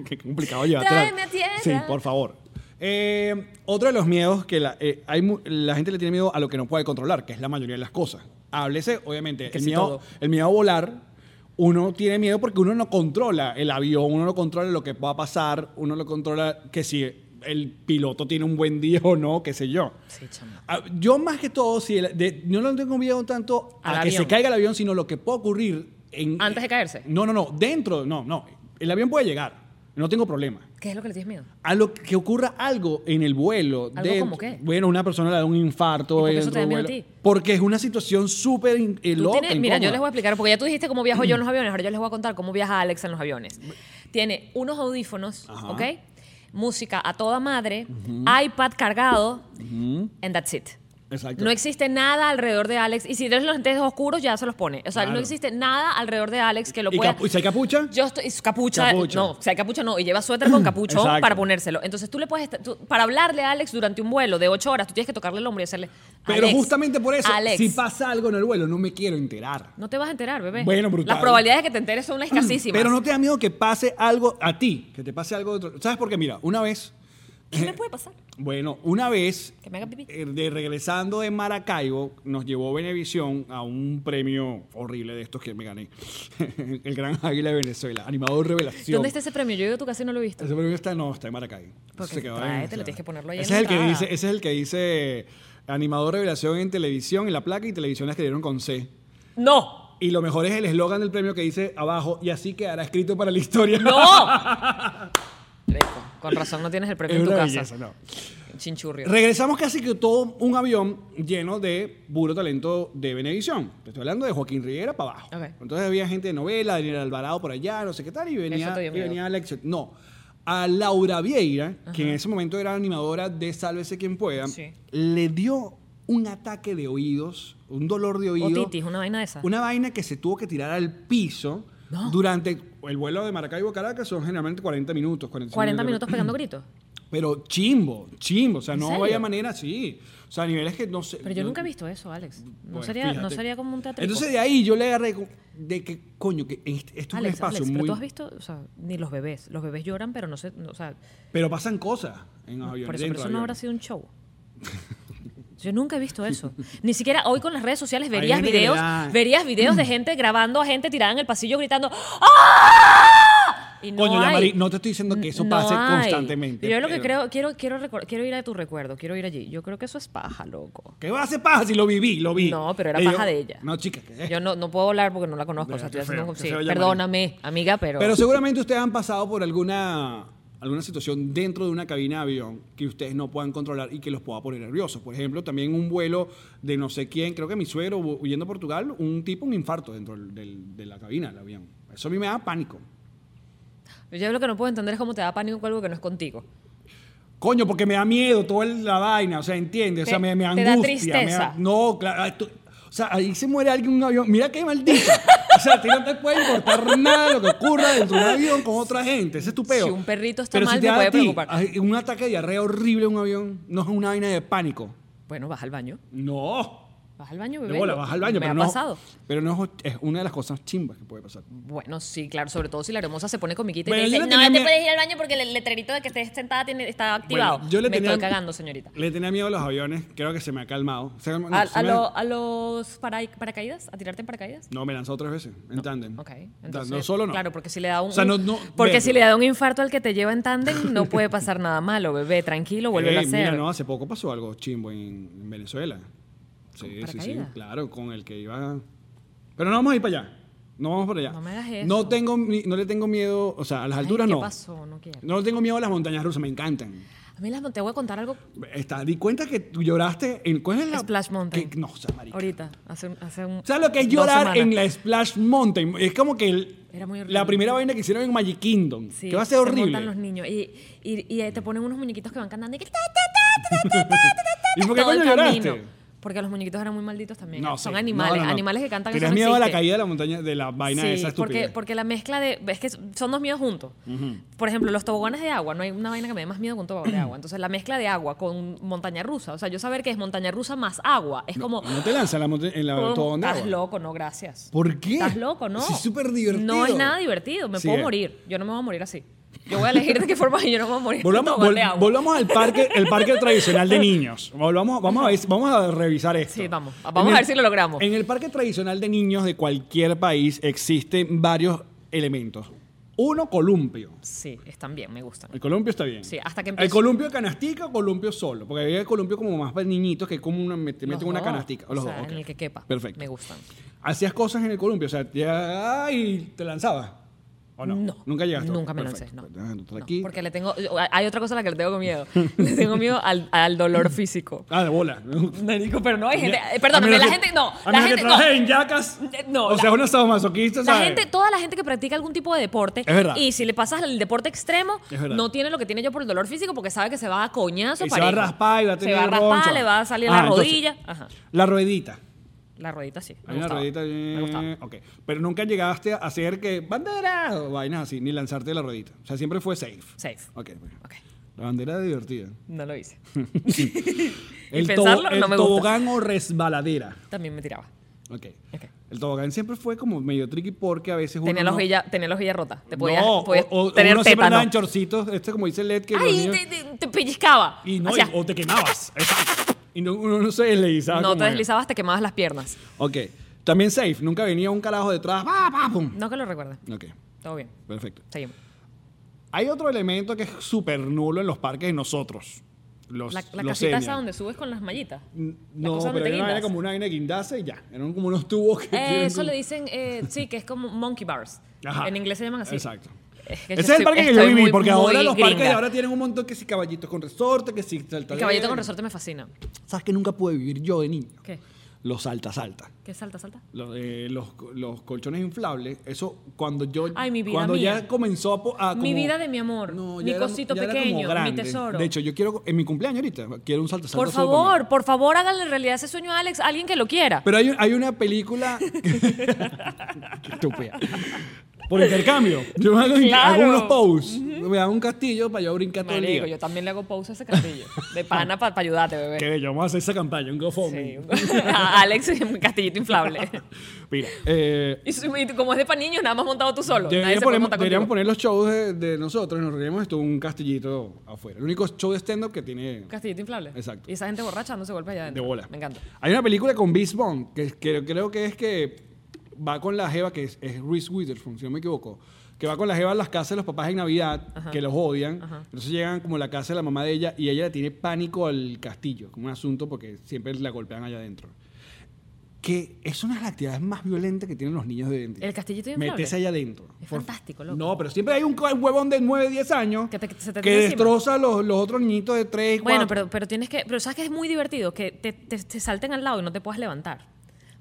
B: Qué complicado llevarte
C: Tráeme a tierra.
B: Sí, por favor. Eh, otro de los miedos que la, eh, hay mu- la gente le tiene miedo a lo que no puede controlar, que es la mayoría de las cosas. Háblese, obviamente,
C: Que
B: el
C: sí,
B: miedo,
C: todo.
B: el miedo a volar. Uno tiene miedo porque uno no controla el avión, uno no controla lo que va a pasar, uno no controla que si el piloto tiene un buen día o no, qué sé yo.
C: sí, chamo.
B: Ah, Yo más que todo, si el- de- no lo tengo miedo tanto a
C: Al
B: que
C: avión.
B: se caiga el avión, sino lo que puede ocurrir en,
C: Antes de caerse.
B: No, no, no, dentro, no, no. El avión puede llegar, no tengo problema.
C: ¿Qué es lo que le tienes miedo?
B: A lo que ocurra algo en el vuelo. dentro-
C: como qué?
B: Bueno, una persona le da un infarto.
C: ¿Y por qué eso
B: dentro
C: te da
B: del
C: miedo a
B: vuelo.
C: ti?
B: Porque es una situación súper in- eh,
C: Tú
B: loca.
C: tienes- mira, yo
B: incómoda.
C: les voy a explicar, porque ya tú dijiste cómo viajo
B: *clears throat*
C: yo en los aviones, ahora yo les voy a contar cómo viaja Alex en los aviones. Tiene unos audífonos,
B: Ajá.
C: ¿ok? Música a toda madre, iPad cargado, and that's it.
B: Exacto.
C: No existe nada alrededor de Alex. Y si tienes los lentes oscuros, ya se los pone. O sea,
B: Claro.
C: no existe nada alrededor de Alex que lo
B: ¿Y
C: pueda.
B: capu- y si hay capucha?
C: Yo estoy. y su Capucha,
B: Capucha.
C: No, si hay capucha, no. Y lleva suéter con capuchón
B: Exacto.
C: para ponérselo. Entonces tú le puedes. estar- tú- para hablarle a Alex durante un vuelo de ocho horas, tú tienes que tocarle el hombro y hacerle.
B: Pero
C: "Alex,
B: justamente por eso,
C: Alex.
B: si pasa algo en el vuelo, no me quiero enterar.
C: No te vas a enterar, bebé.
B: Bueno, brutal.
C: Las probabilidades de que te enteres son las escasísimas.
B: Pero no te da miedo que pase algo a ti, que te pase algo. dentro- ¿Sabes por qué? Mira, una vez
C: ¿Qué me puede pasar?
B: Bueno, una vez,
C: Que me haga pipí.
B: eh, de regresando de Maracaibo, nos llevó Venevisión a un premio horrible de estos que me gané. *laughs* el Gran Águila de Venezuela, animador revelación.
C: ¿Dónde está ese premio? Yo digo, tú casi no lo he visto.
B: Ese premio está, no, está en Maracaibo.
C: Porque
B: Se quedó en
C: tráete, lo
B: Venezuela.
C: tienes que ponerlo ahí en
B: ese
C: la
B: es el que
C: entrada.
B: dice, Ese es el que dice animador revelación en televisión, en la placa y televisión las que dieron con C.
C: ¡No!
B: Y lo mejor es el eslogan del premio que dice abajo, y así quedará escrito para la historia. *laughs*
C: ¡No! Rico. Con razón no tienes el premio
B: Es
C: en tu
B: una
C: casa.
B: belleza, no.
C: Chinchurrio.
B: Regresamos casi que todo un avión lleno de puro talento de Benevisión. Te estoy hablando de Joaquín Rivera para abajo.
C: Ok.
B: Entonces había gente de novela, Daniel Alvarado por allá, no sé qué tal, y venía,
C: Eso te dio
B: y
C: miedo.
B: venía Alex. No. A Laura Vieira, que en ese momento era animadora de Sálvese quien pueda,
C: Sí.
B: le dio un ataque de oídos, un dolor de oídos.
C: Otitis, Oh, una vaina de esa.
B: Una vaina que se tuvo que tirar al piso
C: No.
B: durante el vuelo de Maracaibo a Caracas son generalmente 40 minutos. 45
C: 40 minutos
B: *clears throat*
C: pegando gritos.
B: pero chimbo, chimbo. O sea,
C: ¿En
B: no
C: serio?
B: vaya manera así. O sea, niveles que no sé.
C: Pero yo nunca he visto eso, Alex. No,
B: Bueno,
C: sería, no
B: fíjate.
C: sería como un teatro.
B: Entonces de ahí yo le agarré co- de que, coño, que en este- esto es un
C: Alex,
B: espacio
C: Alex,
B: muy.
C: pero tú has visto, o sea, ni los bebés. Los bebés lloran, pero no sé, no, o sea,
B: Pero pasan cosas en los aviones.
C: por eso, pero
B: dentro
C: eso
B: de
C: no
B: aviones.
C: habrá sido un
B: *laughs*
C: show. Yo nunca he visto eso. Ni siquiera hoy con las redes sociales
B: Hay
C: verías
B: gente que le
C: videos,
B: da-
C: verías videos
B: *clears throat*
C: de gente grabando a gente tirada en el pasillo gritando ¡Ah! Y no
B: Coño, ya,
C: hay.
B: Mari, no te estoy diciendo que eso pase
C: hay.
B: constantemente,
C: Yo lo que
B: pero-
C: creo, quiero, quiero, recor- quiero ir a tu recuerdo, quiero ir allí. Yo creo que eso es paja, loco.
B: ¿Qué va a hacer paja si lo viví? Lo vi.
C: No, pero era
B: Le digo,
C: paja de ella.
B: No, chica, ¿qué es?
C: Yo no, no puedo hablar porque no la conozco. o sea,
B: Eh. Qué
C: estoy haciendo
B: feo,
C: un-
B: qué
C: sí,
B: feo llamar.
C: perdóname, amiga, pero.
B: Pero seguramente ustedes han pasado por alguna alguna situación dentro de una cabina de avión que ustedes no puedan controlar y que los pueda poner nerviosos. Por ejemplo, también un vuelo de no sé quién, creo que mi suegro hu- huyendo a Portugal, un tipo, un infarto dentro del- del- de la cabina del avión. Eso a mí me da pánico.
C: Yo lo que no puedo entender es cómo te da pánico algo que no es contigo.
B: Coño, porque me da miedo toda la vaina, o sea, ¿entiendes? O sea,
C: Te-
B: me, me
C: te da
B: angustia. me
C: tristeza.
B: no, claro. ah, tú- o sea, ahí se muere alguien en un avión. Mira qué maldita. O sea, a ti no te puede importar nada lo que ocurra dentro de un avión con otra gente. Ese es tu peo.
C: Si un perrito está
B: Pero
C: mal,
B: si te
C: me
B: da a
C: puede
B: ti,
C: preocupar.
B: ay, Un ataque de diarrea horrible en un avión no es una vaina de pánico.
C: Bueno, vas al baño.
B: No.
C: Vas al baño, bebé.
B: De bola, vas al baño,
C: Pues Me
B: pero
C: ha
B: no.
C: pasado.
B: Pero no es es una de las cosas chimbas que puede pasar.
C: Bueno, sí, claro, sobre todo si la hermosa se pone comiquita
B: Bueno,
C: y te
B: yo
C: dice,
B: le
C: no,
B: tenía
C: te
B: miedo-
C: puedes ir al baño porque el letrerito de que estés sentada tiene- está activado.
B: Bueno, yo le
C: me
B: tenía-
C: estoy cagando, señorita.
B: Le tenía miedo a los aviones. Creo que se me ha calmado. Se- no,
C: ¿A,
B: se
C: a
B: me-
C: lo- a los para- paracaídas? ¿A tirarte en paracaídas?
B: No, me lanzó tres veces en tándem.
C: Ok.
B: Ta-
C: entonces,
B: no solo no.
C: Claro, porque si le da un,
B: O sea, no- no-
C: porque
B: ve.
C: si le da un infarto al que te lleva en tándem,
B: *laughs*
C: no puede pasar nada malo, bebé. Tranquilo, vuelve a
B: Ey,
C: hacer.
B: Mira, no, hace poco pasó algo chimbo en, en Venezuela. Sí, sí, sí,
C: paracaídas?
B: claro, con el que iba. Pero no vamos a ir para allá. No vamos para allá.
C: No me hagas eso.
B: No, tengo, mi- no le tengo miedo, o sea, a las
C: Ay,
B: alturas
C: ¿qué
B: no.
C: pasó? No quiero.
B: No le tengo miedo a las montañas rusas, me encantan.
C: A mí las te voy a contar algo
B: Está, di cuenta que tú lloraste en. ¿Cuál es la.
C: Splash Mountain.
B: que- no, o sea, marica.
C: ahorita, hace, un- hace un.
B: ¿Sabes lo que es
C: dos
B: llorar en
C: semanas.
B: la Splash Mountain? Es como que el-
C: Era muy horrible.
B: la primera vaina que hicieron en Magic Kingdom.
C: Sí,
B: que va a ser
C: Se
B: horrible.
C: montan los niños y, y, y te ponen unos muñequitos que van cantando y que
B: ¿Y por qué
C: todo el
B: coño lloraste?
C: camino. Porque los muñequitos eran muy malditos también. Son
B: sí.
C: animales,
B: No, no, no.
C: animales que cantan.
B: Tenías
C: eso no
B: miedo a la
C: existe.
B: caída de la montaña, de la vaina
C: sí,
B: esa estúpida.
C: porque, porque la mezcla de... Es que son dos miedos juntos. Por ejemplo, los toboganes de agua. No hay una vaina que me dé más miedo que un tobogán de agua. Entonces, la mezcla de agua con montaña rusa. O sea, yo saber que es montaña rusa más agua. Es como...
B: No te lanzas en la montaña, en la
C: "Oh,
B: tobogán de
C: estás
B: agua.
C: loco, no, gracias.
B: ¿Por qué?
C: Estás loco, ¿no?
B: Sí, Es súper divertido.
C: No es nada divertido. Me
B: Sí
C: puedo
B: es.
C: morir. Yo no me voy a morir así. Yo voy a elegir de qué forma y yo no me voy a morir.
B: Volvamos,
C: Tobogán
B: vol-
C: de agua.
B: volvamos al parque, el parque tradicional de niños. Volvamos, vamos, a ver, vamos a revisar esto.
C: Sí, vamos. Vamos
B: En
C: a ver si lo logramos.
B: En el parque tradicional de niños de cualquier país existen varios elementos. Uno, columpio.
C: Sí, están bien, me gustan.
B: El columpio está bien.
C: Sí, hasta que
B: El
C: empiece.
B: columpio de canastica o columpio solo. Porque había el columpio como más para niñitos que es como una, te
C: Los
B: meten una
C: dos.
B: canastica. O
C: O
B: los
C: sea,
B: dos, ok.
C: en el que quepa.
B: Perfecto.
C: Me gustan.
B: Hacías cosas en el columpio, o sea, ya, y te lanzabas. ¿O no? Nunca llegaste.
C: Nunca me
B: Perfecto.
C: lancé, no.
B: Ah, entonces
C: No,
B: aquí-
C: Porque le tengo... Hay otra cosa a la que le
B: *laughs*
C: tengo miedo. Le tengo miedo al, al dolor físico.
B: Ah, de
C: *laughs*
B: bola.
C: Marico, pero no hay gente... eh,
B: A
C: Perdóname,
B: menos
C: la
B: que-
C: gente... No,
B: A
C: la
B: menos que
C: gente... No.
B: trabajes en yacas.
C: *laughs* Eh, no,
B: O
C: la-
B: sea, uno sadomasoquista,
C: La
B: ¿sabes?
C: gente, toda la gente que practica algún tipo de deporte,
B: Es verdad.
C: y si le pasas el deporte extremo,
B: Es verdad.
C: no tiene lo que tiene yo por el dolor físico porque sabe que se va a coñazo.
B: Y se va a
C: parejo.
B: raspar y va a tener
C: Se va a raspar,
B: roncho.
C: le va a salir
B: Ah,
C: la
B: entonces-
C: rodilla. Ajá.
B: La ruedita.
C: La rodita sí. Me
B: Hay una
C: gustaba.
B: ruedita. eh,
C: Me gustaba.
B: ok. Pero nunca llegaste a hacer que bandera o vainas así, ni lanzarte de la ruedita. O sea, siempre fue safe.
C: Safe.
B: Ok. bueno.
C: Ok.
B: La bandera era divertida.
C: No
B: *laughs*
C: lo hice. Y
B: El, to-
C: pensarlo
B: el
C: no me gusta.
B: tobogán o resbaladera.
C: También me tiraba. *laughs*
B: Ok.
C: Ok.
B: El tobogán siempre fue como medio tricky porque a veces
C: Tenía,
B: uno
C: los
B: no-
C: villa, tenía los villas rotas. Te podías,
B: no,
C: podías
B: o, o-
C: tener
B: uno siempre
C: tétano.
B: andaba en chorcitos, este como dice Led que los
C: Ay,
B: niños-
C: te, te- te pellizcaba.
B: y no,
C: Hacías-
B: y- o te quemabas. Exacto. Y no, uno no se deslizaba.
C: no
B: como
C: te
B: es.
C: deslizabas, te quemabas las piernas.
B: Ok. También safe, nunca venía un carajo detrás. ¡Pa, pa, pum!
C: No que lo recuerdes.
B: Ok,
C: Todo bien.
B: perfecto.
C: Seguimos.
B: Hay otro elemento que es súper nulo en los parques de nosotros. los,
C: La, la
B: los
C: casita esa
B: señas.
C: donde subes con las mallitas. la
B: No,
C: cosa donde
B: pero
C: te
B: era una vaina
C: guindas.
B: como una vaina de guindaste y ya. Eran como unos tubos que...
C: Eh,
B: tienen
C: eso le
B: como-
C: dicen, eh, sí, que es como monkey bars.
B: Ajá.
C: En inglés se llaman así.
B: Exacto.
C: Es
B: Ese
C: que yo
B: es el
C: estoy-
B: parque que yo
C: estoy
B: viví,
C: muy-
B: porque
C: muy
B: ahora los parques de
C: gringa.
B: ahora tienen un montón que si caballitos con resorte, que si salta
C: El caballito con resorte me fascina.
B: ¿Sabes que nunca pude vivir yo de niño?
C: ¿Qué?
B: Los salta, salta.
C: ¿Qué salta, salta?
B: Los, eh, los, los colchones inflables, eso cuando yo.
C: Ay, mi vida
B: Cuando ya
C: mía.
B: comenzó a. po- a
C: Mi vida de mi amor,
B: Ah, ya
C: mi
B: era-
C: cosito
B: ya era como
C: pequeño, mi
B: grande.
C: tesoro.
B: De hecho, yo quiero. En mi cumpleaños ahorita, quiero un salta salta.
C: Por
B: solo para mí.
C: favor, por favor, háganle realidad ese sueño a Alex, alguien que lo quiera.
B: Pero hay, un- hay una película. *laughs* Qué estúpida. Por intercambio. Yo hago,
C: Claro.
B: hago unos posts. Me hago un castillo para yo brincar todo el
C: Marico,
B: día.
C: yo también le hago pausa a ese castillo.
B: *laughs*
C: De pana para ayudarte, bebé.
B: Qué bello, vamos a hacer esa campaña, un GoFundMe.
C: Sí. *laughs* A Alex en un
B: *laughs*
C: castillito inflable.
B: Mira, eh,
C: Y, su- y tú, como es de paniños, nada más montado tú solo. Nadie
B: debería
C: se puede
B: poner-
C: montar
B: deberíamos
C: contigo.
B: poner los shows de, de nosotros, nos reiremos, esto un castillito afuera. El único show de stand-up que tiene
C: Un castillito inflable.
B: Exacto.
C: Y esa gente borracha dándose golpes allá
B: de
C: adentro.
B: bola.
C: Me encanta.
B: Hay una película con Vince Vaughn, que, es- que creo que es que va con la jeva, que es, es Reese Witherspoon, si no me equivoco, que va con la jeva a las casas de los papás en Navidad, que los odian. Entonces llegan como a la casa de la mamá de ella y ella le tiene pánico al castillo, como un asunto porque siempre la golpean allá adentro. Que es una de las actividades más violentas que tienen los niños de hoy en día.
C: ¿El castillito inflable?
B: Meterse allá adentro.
C: Es
B: Por-
C: fantástico, loco.
B: No, pero siempre hay un co- huevón de 9, 10 años
C: Que te- se te
B: que
C: tira encima.
B: destroza los, los otros niñitos de 3, 4.
C: Bueno, pero, pero tienes que. Pero sabes que es muy divertido que te, te- te salten al lado y no te puedas levantar.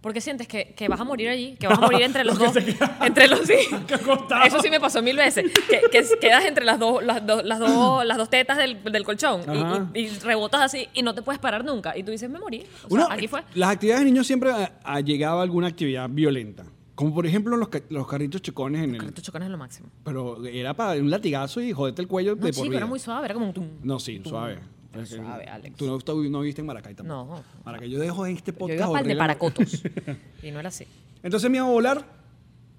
C: Porque sientes que, que vas a morir allí, que vas a morir entre los
B: Los
C: dos.
B: que se quedan
C: *laughs* Entre los sí.
B: acostados.
C: Eso sí me pasó mil veces. Que, que quedas entre las dos, las dos, las dos, las dos tetas del, del colchón y-
B: Ajá.
C: y, y rebotas así y no te puedes parar nunca. Y tú dices, me morí. O sea,
B: Uno,
C: aquí fue.
B: Las actividades de niños siempre a- a- llegaba alguna actividad violenta. Como por ejemplo los, ca- los carritos chocones en el.
C: Correcto, chocones es lo máximo.
B: Pero era para un latigazo y joderte el cuello
C: No,
B: de
C: chico,
B: por vida.
C: era muy suave, era como un tum.
B: No, sí, suave.
C: Era
B: Es que-
C: suave, Alex.
B: Tú no, tú no viste en Maracay tampoco.
C: No.
B: Maracay, yo dejo este
C: Yo
B: podcast.
C: iba para el de
B: horrible. *laughs*
C: paracotos. y no era así.
B: Entonces me iba a volar.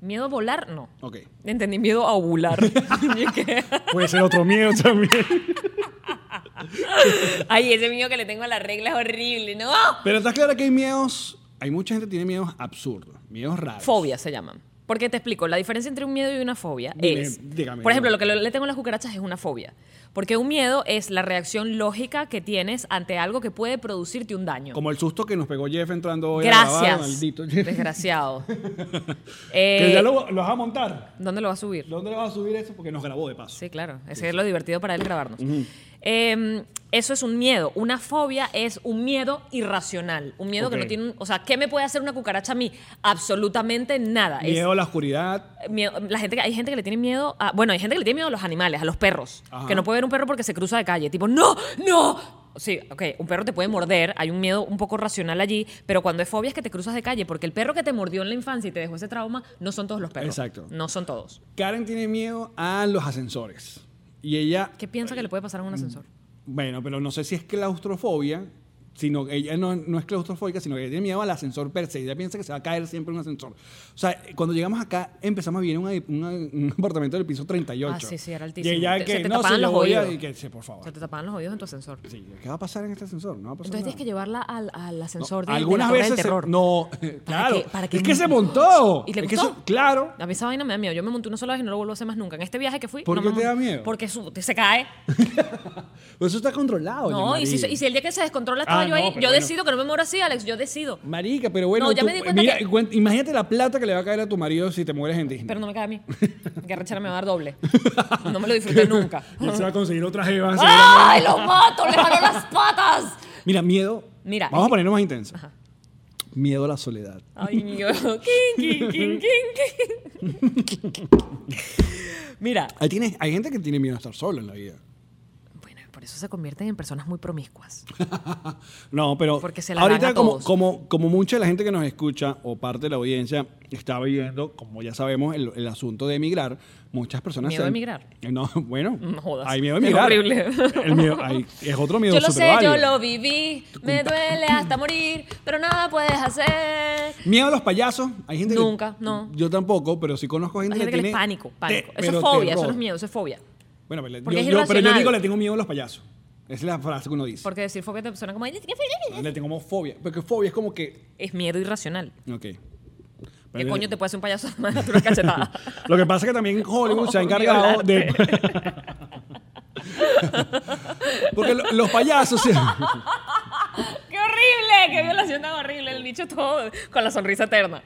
C: Miedo a volar, no. *laughs*
B: Ok.
C: Entendí miedo
B: *laughs*
C: a ovular. *laughs* Y es que-
B: Puede ser otro miedo también.
C: Ay, ese mío que le tengo a la regla es horrible, ¿no? ¡Ah!
B: Pero estás clara que hay miedos. Hay mucha gente que tiene miedos absurdos, miedos raros.
C: Fobias se llaman. Porque te explico, la diferencia entre un miedo y una fobia
B: Dime,
C: es.
B: dígame.
C: por ejemplo, lo que lo- le tengo a las cucarachas es una fobia. Porque un miedo es la reacción lógica que tienes ante algo que puede producirte un daño.
B: Como el susto que nos pegó Jeff entrando hoy a grabar,
C: Gracias.
B: maldito.
C: Desgraciado.
B: *laughs* que
C: Eh,
B: ya lo, lo vas a montar.
C: ¿Dónde lo vas a subir?
B: ¿Dónde le vas a subir eso? Porque nos grabó de paso.
C: Sí, claro. Ese es lo divertido para él grabarnos. Eh, eso es un miedo. Una fobia es un miedo irracional. Un miedo que
B: Ok.
C: no tiene. un- O sea, ¿qué me puede hacer una cucaracha a mí? Absolutamente nada. Es-
B: Miedo a la oscuridad.
C: miedo- la gente que- hay gente que le tiene miedo a, bueno hay gente que le tiene miedo a los animales a los perros
B: Ajá.
C: que no puede ver un perro porque se cruza de calle tipo no no Sí, ok, un perro te puede morder, hay un miedo un poco racional allí, pero cuando es fobia es que te cruzas de calle, porque el perro que te mordió en la infancia y te dejó ese trauma, no son todos los perros.
B: Exacto.
C: No son todos.
B: Karen tiene miedo a los ascensores. Y ella,
C: ¿Qué piensa que le puede pasar a un ascensor?
B: bueno, pero no sé si es claustrofobia, sino que ella no, no es claustrofóbica, sino que tiene miedo al ascensor per se. Ella piensa que se va a caer siempre un ascensor. O sea, cuando llegamos acá, empezamos a vivir en una- una- un *laughs* apartamento del piso 38.
C: Ah, sí, sí, era altísimo.
B: Y ella
C: Te-
B: que,
C: se te
B: no,
C: tapaban
B: sí, yo
C: los
B: voy a-
C: oídos.
B: y que, sí, por favor.
C: Se te tapaban los oídos en tu ascensor.
B: Sí, ¿qué va a pasar en este ascensor? No va a pasar
C: Entonces
B: nada.
C: tienes que llevarla al, al
B: No,
C: ascensor de,
B: algunas
C: de la Torre
B: veces
C: del
B: se-
C: terror.
B: no *laughs* claro
C: que- para que
B: es que
C: no-
B: se montó
C: ¿Y le
B: Es que
C: gustó?
B: eso- claro
C: A mí esa vaina me da miedo. Yo me monté una sola vez y no lo vuelvo a hacer más nunca. En este viaje que fui.
B: ¿Por
C: no
B: qué
C: me
B: te da
C: monté-
B: miedo?
C: Porque su- te- se cae.
B: Pues eso está controlado
C: No, y si,
B: Yamari.
C: y si el día que se descontrola estaba
B: Ah,
C: yo
B: no,
C: ahí, yo
B: pero bueno. Mm.
C: decido que no me muero así, Alex. Yo decido.
B: Marica, pero bueno,
C: No, ya
B: tú-
C: me di cuenta
B: mira,
C: que-
B: cuen- imagínate la plata que le va a caer a tu marido si te mueres en Disney. *laughs*
C: Pero no me cae a mí. Que arrechera me va a dar doble. No me
B: *laughs*
C: lo disfruté nunca.
B: Y él se va a conseguir otra
C: *laughs*
B: jeva. seguramente.
C: ¡Ay, lo mato! ¡Le jaló las patas!
B: Mira, miedo.
C: Mira, eh,
B: Vamos
C: es
B: a
C: que-
B: ponernos más intenso. Miedo a la soledad.
C: Ay, *laughs* mío. Quin, quin, quin,
B: *laughs*
C: quin, quin. Mira.
B: Ahí tienes, hay gente que tiene miedo a estar sola en la vida.
C: Bueno, por eso se convierten en personas muy promiscuas.
B: No, pero
C: Porque se la
B: ahorita
C: dan a
B: como,
C: todos.
B: como como mucha de la gente que nos escucha o parte de la audiencia está viviendo, como ya sabemos, el, el asunto de emigrar, muchas personas
C: ¿Miedo
B: se- Eh,
C: a emigrar?
B: No, *laughs* bueno,
C: No jodas.
B: hay miedo a
C: Es
B: emigrar.
C: horrible.
B: El miedo, hay- es otro miedo
C: Yo lo sé,
B: superválido.
C: yo lo viví, me duele hasta morir, pero nada puedes hacer.
B: Miedo a los payasos. Hay gente que-
C: Nunca, no.
B: Yo tampoco, pero sí conozco gente,
C: Hay gente que le es
B: tiene
C: pánico,
B: te-
C: pánico. eso
B: pero
C: es fobia, eso
B: terror.
C: no es miedo, eso es fobia.
B: Bueno, pero,
C: Porque
B: yo,
C: es
B: yo- pero yo
C: irracional.
B: digo, le tengo miedo a los payasos. Esa es la frase que uno dice.
C: Porque decir fobia te suena como...
B: Le tengo como fobia. Porque fobia es como que.
C: Es miedo irracional.
B: Ok.
C: ¿Qué
B: Pero-
C: coño te puede hacer un payaso además de
B: *laughs*
C: darte una cachetada?
B: Lo que pasa es que también Hollywood se ha
C: Oh,
B: encargado de. *laughs* Porque lo- los payasos. sí.
C: ¡Qué horrible! ¡Qué violación tan horrible! El nicho todo con la sonrisa eterna.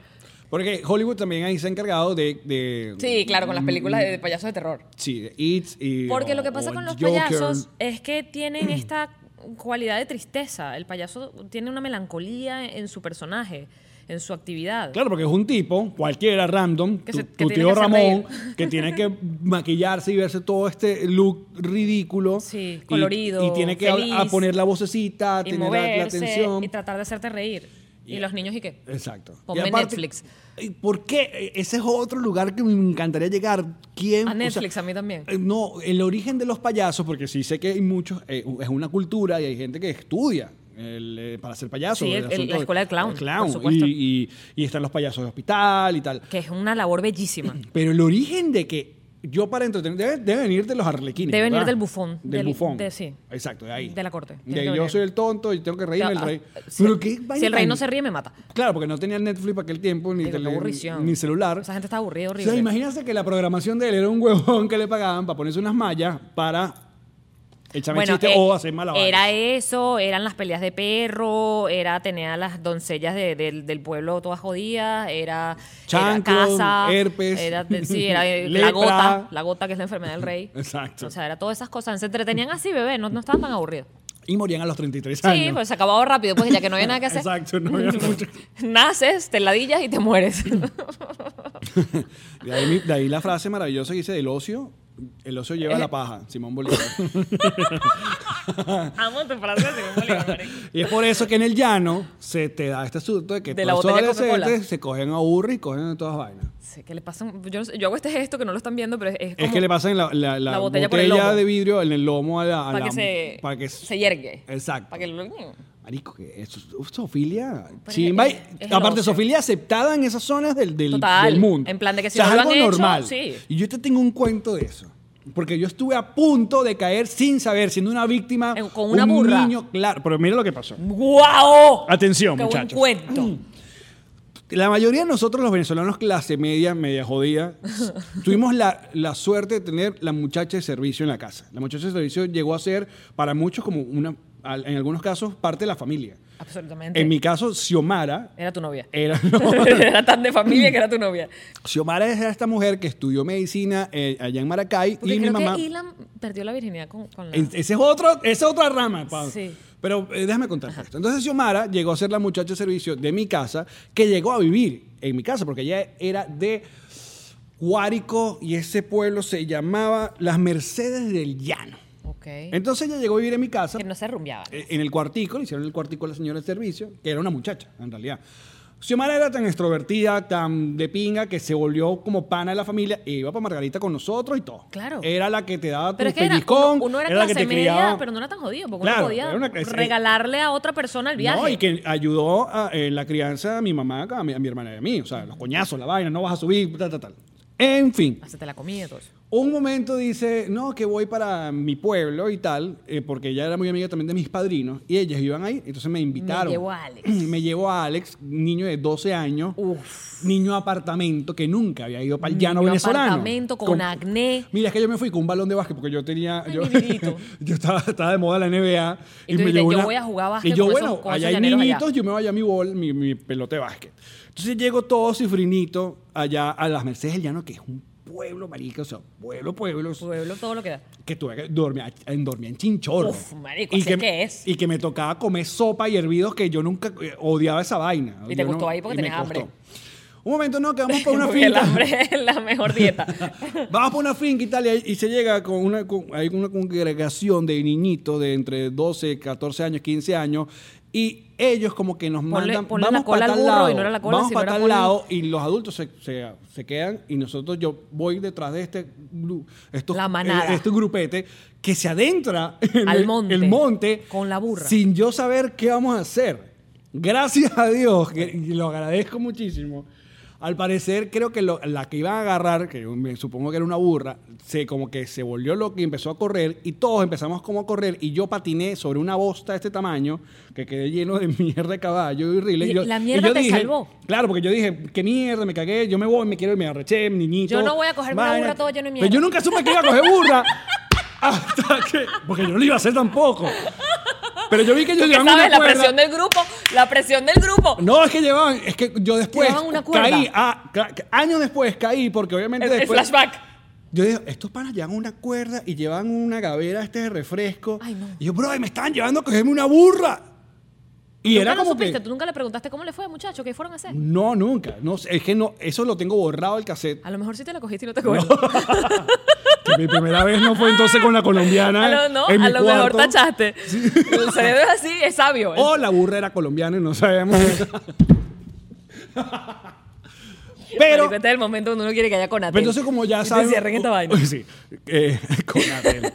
B: Porque Hollywood también ahí se ha encargado de. de-
C: Sí, claro, con las películas de, de payasos de terror.
B: Sí, de It y.
C: Porque
B: o-
C: lo que pasa
B: o
C: con los
B: Joker.
C: payasos es que
B: *clears throat*
C: tienen esta cualidad de tristeza. El payaso tiene una melancolía en, en su personaje, en su actividad.
B: Claro, porque es un tipo, cualquiera, random,
C: Que
B: tu,
C: se- que
B: tu
C: tiene
B: tío
C: que hacer
B: Ramón, *laughs*
C: reír.
B: que tiene que maquillarse y verse todo este look ridículo.
C: Sí,
B: y-
C: colorido,
B: Y, tiene que a-
C: feliz,
B: a, poner la vocecita,
C: y
B: tener la- la,
C: moverse
B: atención.
C: y tratar de hacerte reír. Y,
B: Y-
C: los niños y qué.
B: Exacto.
C: Ponme
B: Y
C: Netflix.
B: ¿y ¿Por qué? Ese es otro lugar que me encantaría llegar. ¿Quién,
C: A
B: o sea,
C: Netflix, a mí también.
B: eh, No, el origen de los payasos, porque sí sé que hay muchos, eh, es una cultura y hay gente que estudia el, eh, para ser payaso.
C: Sí, el- el-
B: asunto
C: la escuela del clown,
B: del
C: por supuesto.
B: Y, y- y están los payasos de hospital y tal.
C: Que es una labor
B: *laughs*
C: bellísima.
B: Pero el origen de que yo para entretener, debe, debe venir de los arlequines.
C: Debe venir
B: ¿verdad?
C: del bufón,
B: Del,
C: del-
B: bufón.
C: de- sí.
B: Exacto, de ahí.
C: De la corte. Tiene
B: De ahí,
C: que
B: yo
C: venir.
B: soy el tonto y tengo que reírme el
C: Ah,
B: rey.
C: Si,
B: Pero qué
C: si
B: vaina
C: el rey
B: tan-
C: no se ríe, me mata.
B: Claro, porque no tenía Netflix para aquel tiempo, ni,
C: Digo, qué
B: tele-
C: aburrición.
B: ni celular.
C: Esa gente está aburrida,
B: O
C: horrible.
B: sea, imagínate que la programación de él era un huevón que le pagaban para ponerse unas mallas para echarme chiste
C: eh,
B: o hacer malabares.
C: Era eso, eran las peleas de perro, era tener a las doncellas de- del- del pueblo todas jodidas, era, era
B: Chancro,
C: casa,
B: herpes,
C: era, de- sí, era
B: *laughs*
C: eh,
B: lepra.
C: la gota, la gota que es la enfermedad del rey.
B: *laughs* Exacto.
C: O sea, era todas esas cosas. Se entretenían así, bebé, no, no estaban tan aburridos.
B: Y morían a los 33 años.
C: Sí, pues se acababa rápido, pues ya que no
B: *laughs*
C: había nada que hacer.
B: Exacto, no
C: *laughs*
B: había mucho.
C: Naces, te ladillas y
B: *laughs*
C: te mueres.
B: De ahí, mi- de ahí la frase maravillosa que dice, del ocio, el ocio lleva la paja, Simón Bolívar. *laughs*
C: Amo tu frase, Simón Bolívar, marico.
B: y es por eso que en el llano se te da este asunto de que
C: De la
B: todos
C: botella de
B: esos
C: Coca-Cola.
B: adolescentes se cogen a burro y cogen a todas vainas.
C: *laughs* Sí, ¿qué le pasa? Yo, no sé, yo hago este gesto que no lo están viendo, pero es, es
B: Es
C: como
B: que le pasan la, la- la
C: La
B: botella,
C: botella por el lomo.
B: de vidrio en el lomo a la... a
C: para
B: la-
C: que se,
B: para que
C: se yergue.
B: Exacto.
C: Para que lo-
B: Marico, que eso es sofilia.
C: es-
B: Chimba. y-
C: es- es el
B: aparte,
C: ocio.
B: sofilia aceptada en esas zonas del, del,
C: Total,
B: del mundo.
C: en plan de que si
B: O sea,
C: no
B: es
C: lo
B: algo
C: han hecho,
B: normal.
C: sí.
B: Y yo te tengo un cuento de eso. Porque yo estuve a punto de caer sin saber, siendo una víctima.
C: Eh, con una
B: un
C: burra.
B: niño, claro. Pero mira lo que pasó.
C: ¡Guau!
B: Atención,
C: ¡Qué
B: muchachos.
C: buen
B: *clears throat*
C: cuento!
B: La mayoría de nosotros, los venezolanos clase media, media
C: *laughs*
B: jodida, tuvimos la, la suerte de tener la muchacha de servicio en la casa. La muchacha de servicio llegó a ser, para muchos, como una, al- en algunos casos, parte de la familia.
C: Absolutamente.
B: En mi caso, Xiomara
C: Era
B: *laughs*
C: tu novia. *laughs*
B: Era, no.
C: era tan de familia que era tu novia.
B: Xiomara era esta mujer que estudió medicina eh, allá en Maracay
C: Porque
B: y mi
C: creo
B: mamá.
C: que Ilan perdió la virginidad con, con la...
B: Es- Ese es otro, esa es otra rama, Pablo.
C: Sí.
B: Pero eh, déjame contarte esto. Entonces Xiomara llegó a ser la muchacha de servicio de mi casa, que llegó a vivir en mi casa, porque ella era de Cuárico y ese pueblo se llamaba Las Mercedes del Llano.
C: Ok. Que
B: Entonces ella llegó a vivir en mi casa.
C: no se rumbeaba.
B: Eh, en el cuartico, le hicieron el cuartico a la señora de servicio, que era una muchacha, en realidad. Xiomara era tan extrovertida, tan de pinga, que se volvió como pana de la familia e iba para Margarita con nosotros y todo.
C: Claro.
B: Era la que te daba tu
C: Pero es que era,
B: pellizcón,
C: uno, uno era,
B: la que te
C: clase media,
B: criaba.
C: pero no era tan jodido, porque
B: Claro,
C: uno podía
B: era una- es-
C: regalarle a otra persona el viaje.
B: No, y que ayudó a eh, la crianza a mi mamá, a mi, a mi hermana y a mí. O sea, los coñazos, la vaina, no vas a subir, tal, tal, tal. En fin.
C: Hacete la comida y todo eso.
B: Un momento dice, no, que voy para mi pueblo y tal, eh, porque ella era muy amiga también de mis padrinos, y ellas iban ahí, entonces me invitaron.
C: llevó a Alex.
B: *clears throat* me llevó a Alex, niño de 12 años,
C: Uf.
B: niño apartamento, que nunca había ido para el
C: Niño
B: llano venezolano.
C: apartamento con acné.
B: Mira, es que yo me fui con un balón de básquet, porque yo tenía...
C: Ay,
B: yo,
C: mi vidito.
B: *laughs* yo estaba, estaba de moda la NBA.
C: Y tú
B: me
C: dices,
B: llevó
C: yo voy a jugar básquet
B: Y yo,
C: con
B: bueno,
C: esos- con
B: allá
C: esos
B: hay
C: llaneros allá.
B: niñitos, yo me voy a mi bol, mi, mi pelote de básquet. Entonces llego todo cifrinito allá a las Mercedes del Llano, que es un pueblo, marica, o sea, pueblo, pueblo,
C: Pueblo, todo lo que da.
B: que tuve que dormir, en, dormía en chinchorro.
C: Uf, marico, así es que es.
B: Y que me tocaba comer sopa y hervidos que yo nunca eh, odiaba esa vaina.
C: Y te
B: Yo
C: gustó ahí porque
B: y me
C: tenías
B: costó.
C: hambre.
B: Un momento, no, que
C: *laughs*
B: vamos por una
C: Porque el
B: finca.
C: hambre es *laughs* la mejor
B: *laughs*
C: dieta.
B: Vamos por una finca y tal, y, ahí- y se llega con una, con- hay una congregación de niñitos de entre 12, 14 años, 15 años, y ellos como que nos
C: Ponle-
B: mandan,
C: ponle
B: vamos
C: la cola
B: para
C: al
B: tal
C: burro",
B: lado,
C: y no era la cola,
B: vamos
C: sino
B: para
C: era
B: tal
C: ponle-
B: lado, y los adultos se, se- se quedan, y nosotros, yo voy detrás de este, gru- estos,
C: La manada.
B: eh, este grupete que se adentra en
C: Al
B: el-
C: monte,
B: el monte
C: con la burra.
B: sin yo saber qué vamos a hacer. Gracias a Dios, que- y lo agradezco muchísimo. Al parecer, creo que lo- la que iban a agarrar, que yo me supongo que era una burra, se como que se volvió loca y empezó a correr y todos empezamos como a correr y yo patiné sobre una bosta de este tamaño que quedé lleno de *laughs* mierda de caballo y riles.
C: Y
B: yo-
C: la mierda
B: yo
C: te
B: dije-
C: salvó.
B: Claro, porque yo dije, qué mierda, me cagué, yo me voy, me quiero ir, me arreché, niñito.
C: Yo no voy a coger una
B: vaina".
C: burra todo lleno de
B: Pero yo
C: mierda. *laughs*
B: nunca supe que iba a coger burra. hasta que. Porque yo no lo iba a hacer tampoco. Pero yo vi que ellos llevaban
C: ¿Sabes?
B: una
C: La
B: cuerda.
C: presión del grupo, la presión del grupo.
B: No, es que llevaban. Es que yo después.
C: Llevaban una cuerda.
B: caí. ah, ca- ca- años después caí, porque obviamente.
C: El- el
B: después-
C: flashback.
B: Yo digo, estos panas llevan una cuerda y llevan una gavera este de refresco.
C: Ay, no.
B: Y yo, bro, me estaban llevando a cogerme una burra. Y
C: Nunca
B: era
C: lo
B: como
C: supiste,
B: que.
C: tú nunca le preguntaste cómo le fue, muchacho, qué fueron a hacer.
B: No, nunca. No, sé, es que no, eso lo tengo borrado el cassette.
C: A lo mejor sí te la cogiste y no te acuerdas.
B: *laughs* Que mi primera vez no fue entonces con la colombiana.
C: A lo, no,
B: en mi
C: a lo mejor
B: cuarto. *laughs*
C: tachaste. El cerebro es así, es sabio.
B: O la burra era colombiana y no sabemos. Pero,
C: Pero, este es el momento donde uno quiere que haya con
B: pero entonces, como ya saben.
C: cierren esta
B: u- *laughs*
C: vaina.
B: Sí, eh, *laughs* con Adele.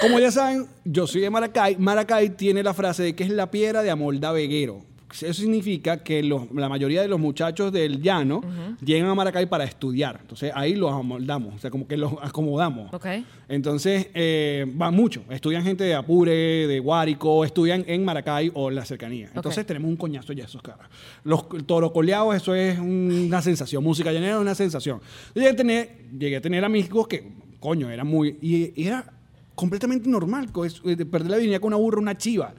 B: Como ya saben, yo soy de Maracay. Maracay tiene la frase de que es la piedra de Amolda Veguero. Eso significa que los- la mayoría de los muchachos del llano llegan a Maracay para estudiar. Entonces ahí los amoldamos, o sea, como que los acomodamos.
C: Ok.
B: Entonces, eh, van mucho. Estudian gente de Apure, de Guárico, estudian en Maracay o en la cercanía. Entonces,
C: Ok.
B: tenemos un coñazo ya esos caras. Los torocoleados, eso es una sensación. Música llanera es una sensación. Yo Llegué a tener, llegué a tener amigos que, coño, era muy. Y, y era completamente normal co- es- eh, de perder la dignidad con una burra, una chiva.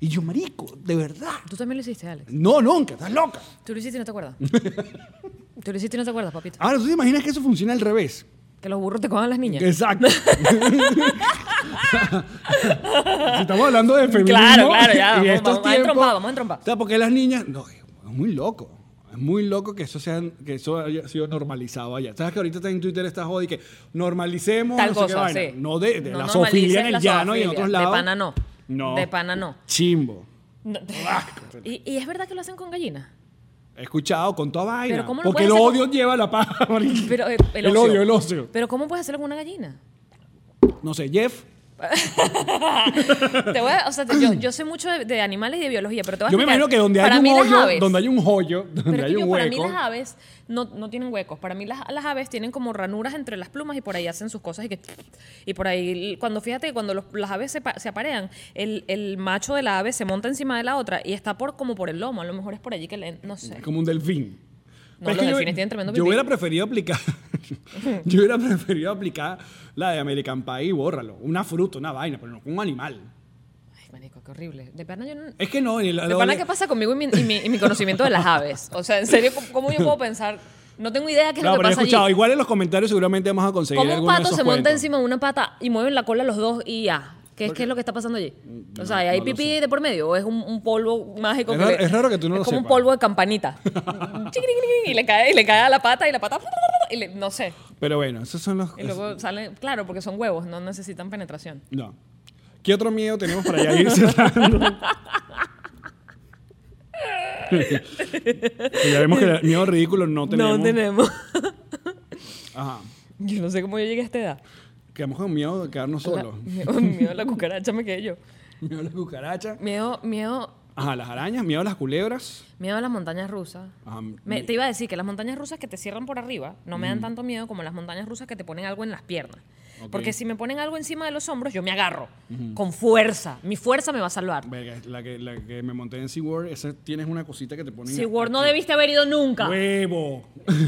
B: Y yo, marico, de verdad.
C: Tú también lo hiciste, Alex.
B: No, nunca, estás loca.
C: Tú lo hiciste y no te
B: *laughs*
C: acuerdas. Tú lo hiciste y no te acuerdas, papito.
B: Ahora, ¿tú te imaginas que eso funciona al revés?
C: Que los burros te cojan las niñas.
B: Exacto.
C: *laughs*
B: si estamos hablando de feminismo.
C: Claro, claro, ya,
B: y
C: vamos,
B: estos
C: vamos a
B: tiempos-
C: entrompar, vamos a entrompar.
B: O sea, porque las niñas. No, es muy loco. Es muy loco que eso, sean, que eso haya sido normalizado allá. ¿Sabes que ahorita está en Twitter esta joda y que normalicemos
C: Tal
B: no sé qué
C: cosa,
B: vaina?
C: sí.
B: No de, de
C: No
B: la
C: normalices
B: zoofilia en
C: la
B: el llano y en
C: zoofilia.
B: otros
C: De
B: lados.
C: pana no.
B: No.
C: De pana no.
B: Chimbo.
C: No. *laughs* y, y es verdad que lo hacen con gallinas.
B: He escuchado con toda vaina.
C: Pero ¿cómo lo
B: porque el
C: puedes hacer
B: odio lleva la paja. marica.
C: Pero, eh, el,
B: el odio, el ocio.
C: Pero ¿cómo puedes hacerlo con una gallina? *laughs*
B: No sé, Jeff.
C: Te voy a- o sea, te- yo, yo sé mucho de, de animales y de biología, pero te voy a
B: Yo me
C: explicar.
B: imagino que donde
C: Para
B: hay un
C: mí las
B: hoyo,
C: aves-
B: donde hay un hoyo, donde
C: Pero es
B: hay
C: que yo,
B: un
C: para mí
B: hueco.
C: las aves no, no tienen huecos. Para mí las, las aves tienen como ranuras entre las plumas y por ahí hacen sus cosas y que... Y por ahí, cuando fíjate que cuando los- las aves se, pa- se aparean, el, el macho de la ave se monta encima de la otra y está por como por el lomo. A lo mejor es por allí que le... No sé.
B: Es como un delfín.
C: No,
B: Pero es
C: los
B: que yo-
C: delfines tienen tremendo
B: Yo
C: pipí.
B: hubiera preferido
C: *laughs*
B: aplicar. *laughs* yo hubiera preferido aplicar la de American Pie y bórralo. Una fruta, una vaina, pero no con un animal.
C: Ay, manico, qué horrible. De pana yo no...
B: Es que no. y la-
C: De
B: la-
C: pana, ¿qué pasa conmigo y mi, y mi- y mi conocimiento de las aves? O sea, en serio, ¿cómo, cómo yo puedo pensar? No tengo idea de qué es
B: No,
C: lo que
B: pero he
C: pasa allí.
B: escuchado. Igual en los comentarios seguramente vamos a conseguir
C: ¿Cómo un
B: alguno de
C: pato se
B: esos
C: monta
B: cuentos.
C: encima de una pata y mueven la cola los dos y ya? ¿Qué, es- qué es lo que está pasando allí? o sea, ¿hay
B: Mm, no lo
C: pipí
B: sé.
C: de por medio o es un, un polvo mágico?
B: Es
C: que
B: raro-
C: le-
B: es raro que tú no
C: es
B: lo
C: como un
B: sepas.
C: polvo
B: *laughs*
C: de campanita. Chiquiriquiriquiri, y, le cae, y le cae a la pata y la pata... y le- no sé.
B: Pero bueno, esos son los.
C: Y luego salen... Claro, porque son huevos, no necesitan penetración.
B: No. ¿Qué otro miedo tenemos para ya ir
C: *laughs*
B: cerrando? *laughs* Que ya vemos que el miedo ridículo no tenemos.
C: No tenemos. *laughs*
B: Ajá.
C: yo no sé cómo yo llegué a esta edad.
B: Quedamos con miedo de quedarnos
C: La-
B: solos.
C: miedo, miedo a la cucaracha me quedé yo.
B: *laughs* Miedo a las cucarachas.
C: Miedo, miedo,
B: Ajá, las arañas, miedo a las culebras.
C: miedo a las montañas rusas.
B: Ajá,
C: Me-
B: mi-
C: te iba a decir que las montañas rusas que te cierran por arriba no me dan tanto miedo como las montañas rusas que te ponen algo en las piernas.
B: Ok.
C: Porque si me ponen algo encima de los hombros, yo me agarro con fuerza. Mi fuerza me va a salvar.
B: Verga, la que, la que me monté en SeaWorld, esa tienes una cosita que te ponen.
C: Si Ward no debiste haber ido nunca,
B: ¡Huevo!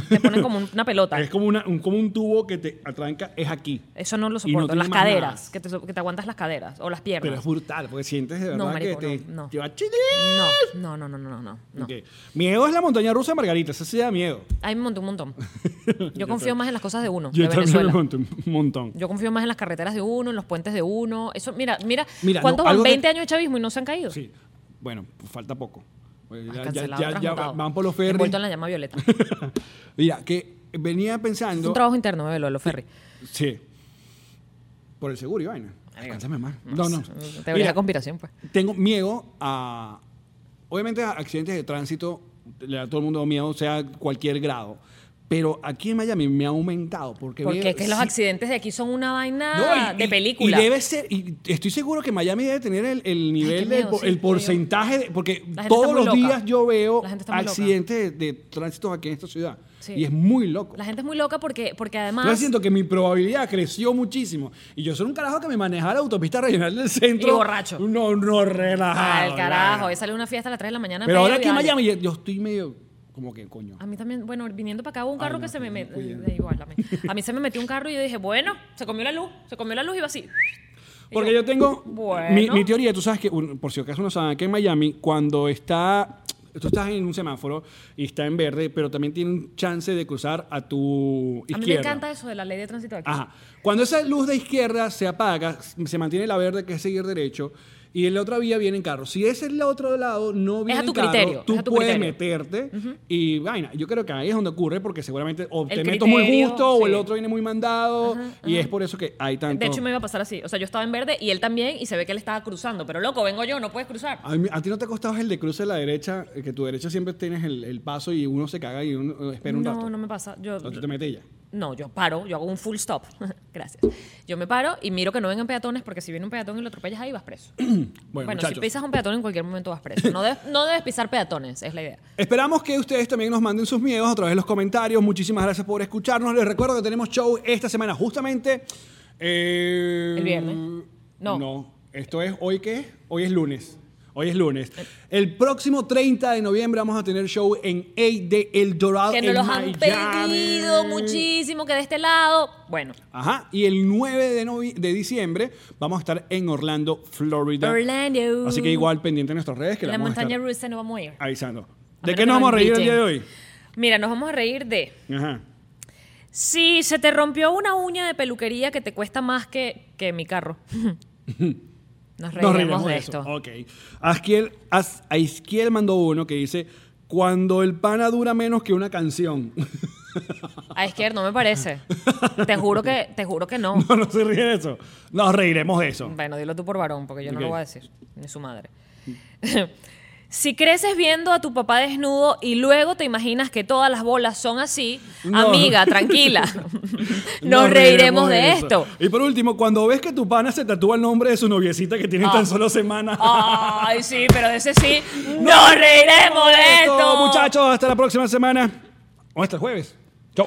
C: te ponen como un- una pelota.
B: es como, una, un, como un tubo que te atranca, es aquí.
C: Eso no lo
B: Y no
C: soporto.
B: tiene
C: las
B: más nada.
C: caderas, que te, so- que te aguantas las caderas o las piernas.
B: Pero es brutal, porque sientes de verdad
C: No, marico,
B: que te,
C: no, no.
B: te va a chile.
C: no, no, no, no, no, no. no.
B: Ok. Miedo es la montaña rusa de Margarita, esa sí da miedo.
C: Ahí me monté
B: *laughs*
C: un montón. Yo confío más en las cosas de uno,
B: Yo
C: de
B: también
C: Venezuela.
B: me monté un montón.
C: Yo confío más en las carreteras de uno, en los puentes de uno. Eso, mira, mira,
B: Mira,
C: ¿cuántos
B: no,
C: van?
B: algo que-
C: 20 años de chavismo y no se han caído.
B: Sí. Bueno, pues falta poco. Pues ya-
C: Has
B: Ya,
C: cancelado,
B: ya- ya
C: transmutado.
B: van por los ferries.
C: Envuelto en la
B: *laughs*
C: llama violeta.
B: Mira, que venía
C: Es
B: pensando.
C: un trabajo interno, bebé, lo de los ferries.
B: Sí. Por el seguro y vaina. Alcánzame más. No,
C: No
B: no.
C: sé, Teoría
B: Mira,
C: de conspiración, pues.
B: tengo miedo a. Obviamente, a accidentes de tránsito, le da a todo el mundo miedo, sea cualquier grado. Pero aquí en Miami me ha aumentado. Porque, veo-
C: Porque es que los
B: sí.
C: accidentes de aquí son una vaina
B: No, y-
C: de
B: y-
C: película.
B: Y debe ser, y estoy seguro que Miami debe tener el, el nivel,
C: qué
B: del
C: miedo,
B: por-
C: sí,
B: el
C: estoy-
B: porcentaje, de- porque
C: La gente
B: todos
C: está muy
B: los
C: loca.
B: días yo veo
C: La gente está muy loca.
B: accidentes de, de tránsito aquí en esta ciudad.
C: Sí.
B: Y es muy loco.
C: La gente es muy loca porque, porque además...
B: Yo siento que mi probabilidad creció muchísimo. Y yo soy un carajo que me manejaba la autopista regional del centro.
C: Y borracho.
B: No, no, relajado.
C: Al carajo,
B: ya.
C: hoy sale una fiesta a las 3 de la mañana.
B: Ah, Pero ahora
C: medio, Ah,
B: aquí en
C: dale.
B: Miami yo, yo estoy medio como que coño.
C: A mí también, bueno, viniendo para acá hubo un
B: Ay,
C: carro
B: no,
C: que se me
B: no,
C: metió.
B: cuidado.
C: A mí se me metió un carro y yo dije, bueno, se comió la luz, se comió la luz y iba así.
B: Porque yo tengo
C: Bueno.
B: mi, mi teoría, tú sabes que, un- por si acaso no saben, que en Miami, cuando está, tú estás en un semáforo y está en verde, pero también tienen chance de cruzar a tu
C: A
B: izquierda.
C: mí me encanta eso de la ley de tránsito aquí.
B: Ajá. Cuando esa luz de izquierda se apaga, se mantiene la verde, que es seguir derecho, y en la otra vía vienen carros. Si ese es el otro lado, no viene
C: tu
B: carro,
C: criterio,
B: tú
C: es a tu
B: puedes
C: criterio.
B: meterte y vaina. Yo creo que ahí es donde ocurre, porque seguramente o te
C: El
B: metes muy
C: criterio,
B: justo o el
C: sí.
B: otro viene muy mandado, y es por eso que hay tanto.
C: De hecho, me iba a pasar así. O sea, yo estaba en verde y él también, y se ve que él estaba cruzando. Pero loco, vengo yo, no puedes cruzar.
B: A, mí- a ti no te ha costado el de cruce a la derecha, eh, que tu derecha siempre tienes el, el paso y uno se caga y uno eh, espera un rato.
C: No, no me pasa. Yo,
B: O tú te metes y ya.
C: no, yo paro, yo hago un full stop. *laughs* Gracias. Yo me paro y miro que no vengan peatones, porque si viene un peatón y lo atropellas ahí, vas preso.
B: *clears throat* Bueno,
C: si
B: muchachos.
C: pisas un peatón, en cualquier momento vas preso. No debes, no debes pisar peatones, es la idea.
B: Esperamos que ustedes también nos manden sus miedos a través de los comentarios. Muchísimas gracias por escucharnos. Les recuerdo que tenemos show esta semana, justamente. eh,
C: El viernes. No.
B: No. Esto es hoy qué? Hoy es lunes. Hoy es lunes.
C: Eh.
B: El próximo 30 de noviembre vamos a tener show en Aid de El Dorado.
C: Que nos
B: Ah, en
C: los han
B: Miami.
C: pedido muchísimo, que de este lado. Bueno,
B: Ajá. Y el 9 de, novi- de diciembre vamos a estar en Orlando, Florida.
C: Orlando.
B: Así que igual pendiente de nuestras redes que
C: en la
B: vamos a
C: montaña
B: estar
C: rusa no vamos a ir.
B: avisando.
C: A
B: ¿De
C: menos
B: qué nos
C: que nos
B: vamos a reír el día
C: inviten.
B: de hoy?
C: Mira, nos vamos a reír de.
B: Ajá.
C: Si se te rompió una uña de peluquería que te cuesta más que, que mi *laughs* carro. Nos reiremos, de,
B: eso.
C: esto.
B: Ok. Asquiel, As- Aizquiel mandó uno que dice: Cuando el pana dura menos que una canción. *laughs*
C: A izquierda no me parece. Te juro que, te juro que no. *laughs*
B: no, no se ríe de eso. Nos reiremos de eso.
C: Bueno, dilo tú por varón, porque yo no
B: Ok.
C: lo voy a decir. Ni su madre. si creces viendo a tu papá desnudo y luego te imaginas que todas las bolas son así,
B: No.
C: amiga, *laughs* tranquila. Nos, reiremos, de,
B: eso.
C: esto.
B: Y por último, cuando ves que tu pana se tatúa el nombre de su noviecita que
C: Ah.
B: tiene tan solo semana. *laughs*
C: Ay, sí, pero de ese sí. ¡Nos reiremos de
B: Esto,
C: esto!
B: muchachos, hasta la próxima semana. O hasta el jueves. Chau.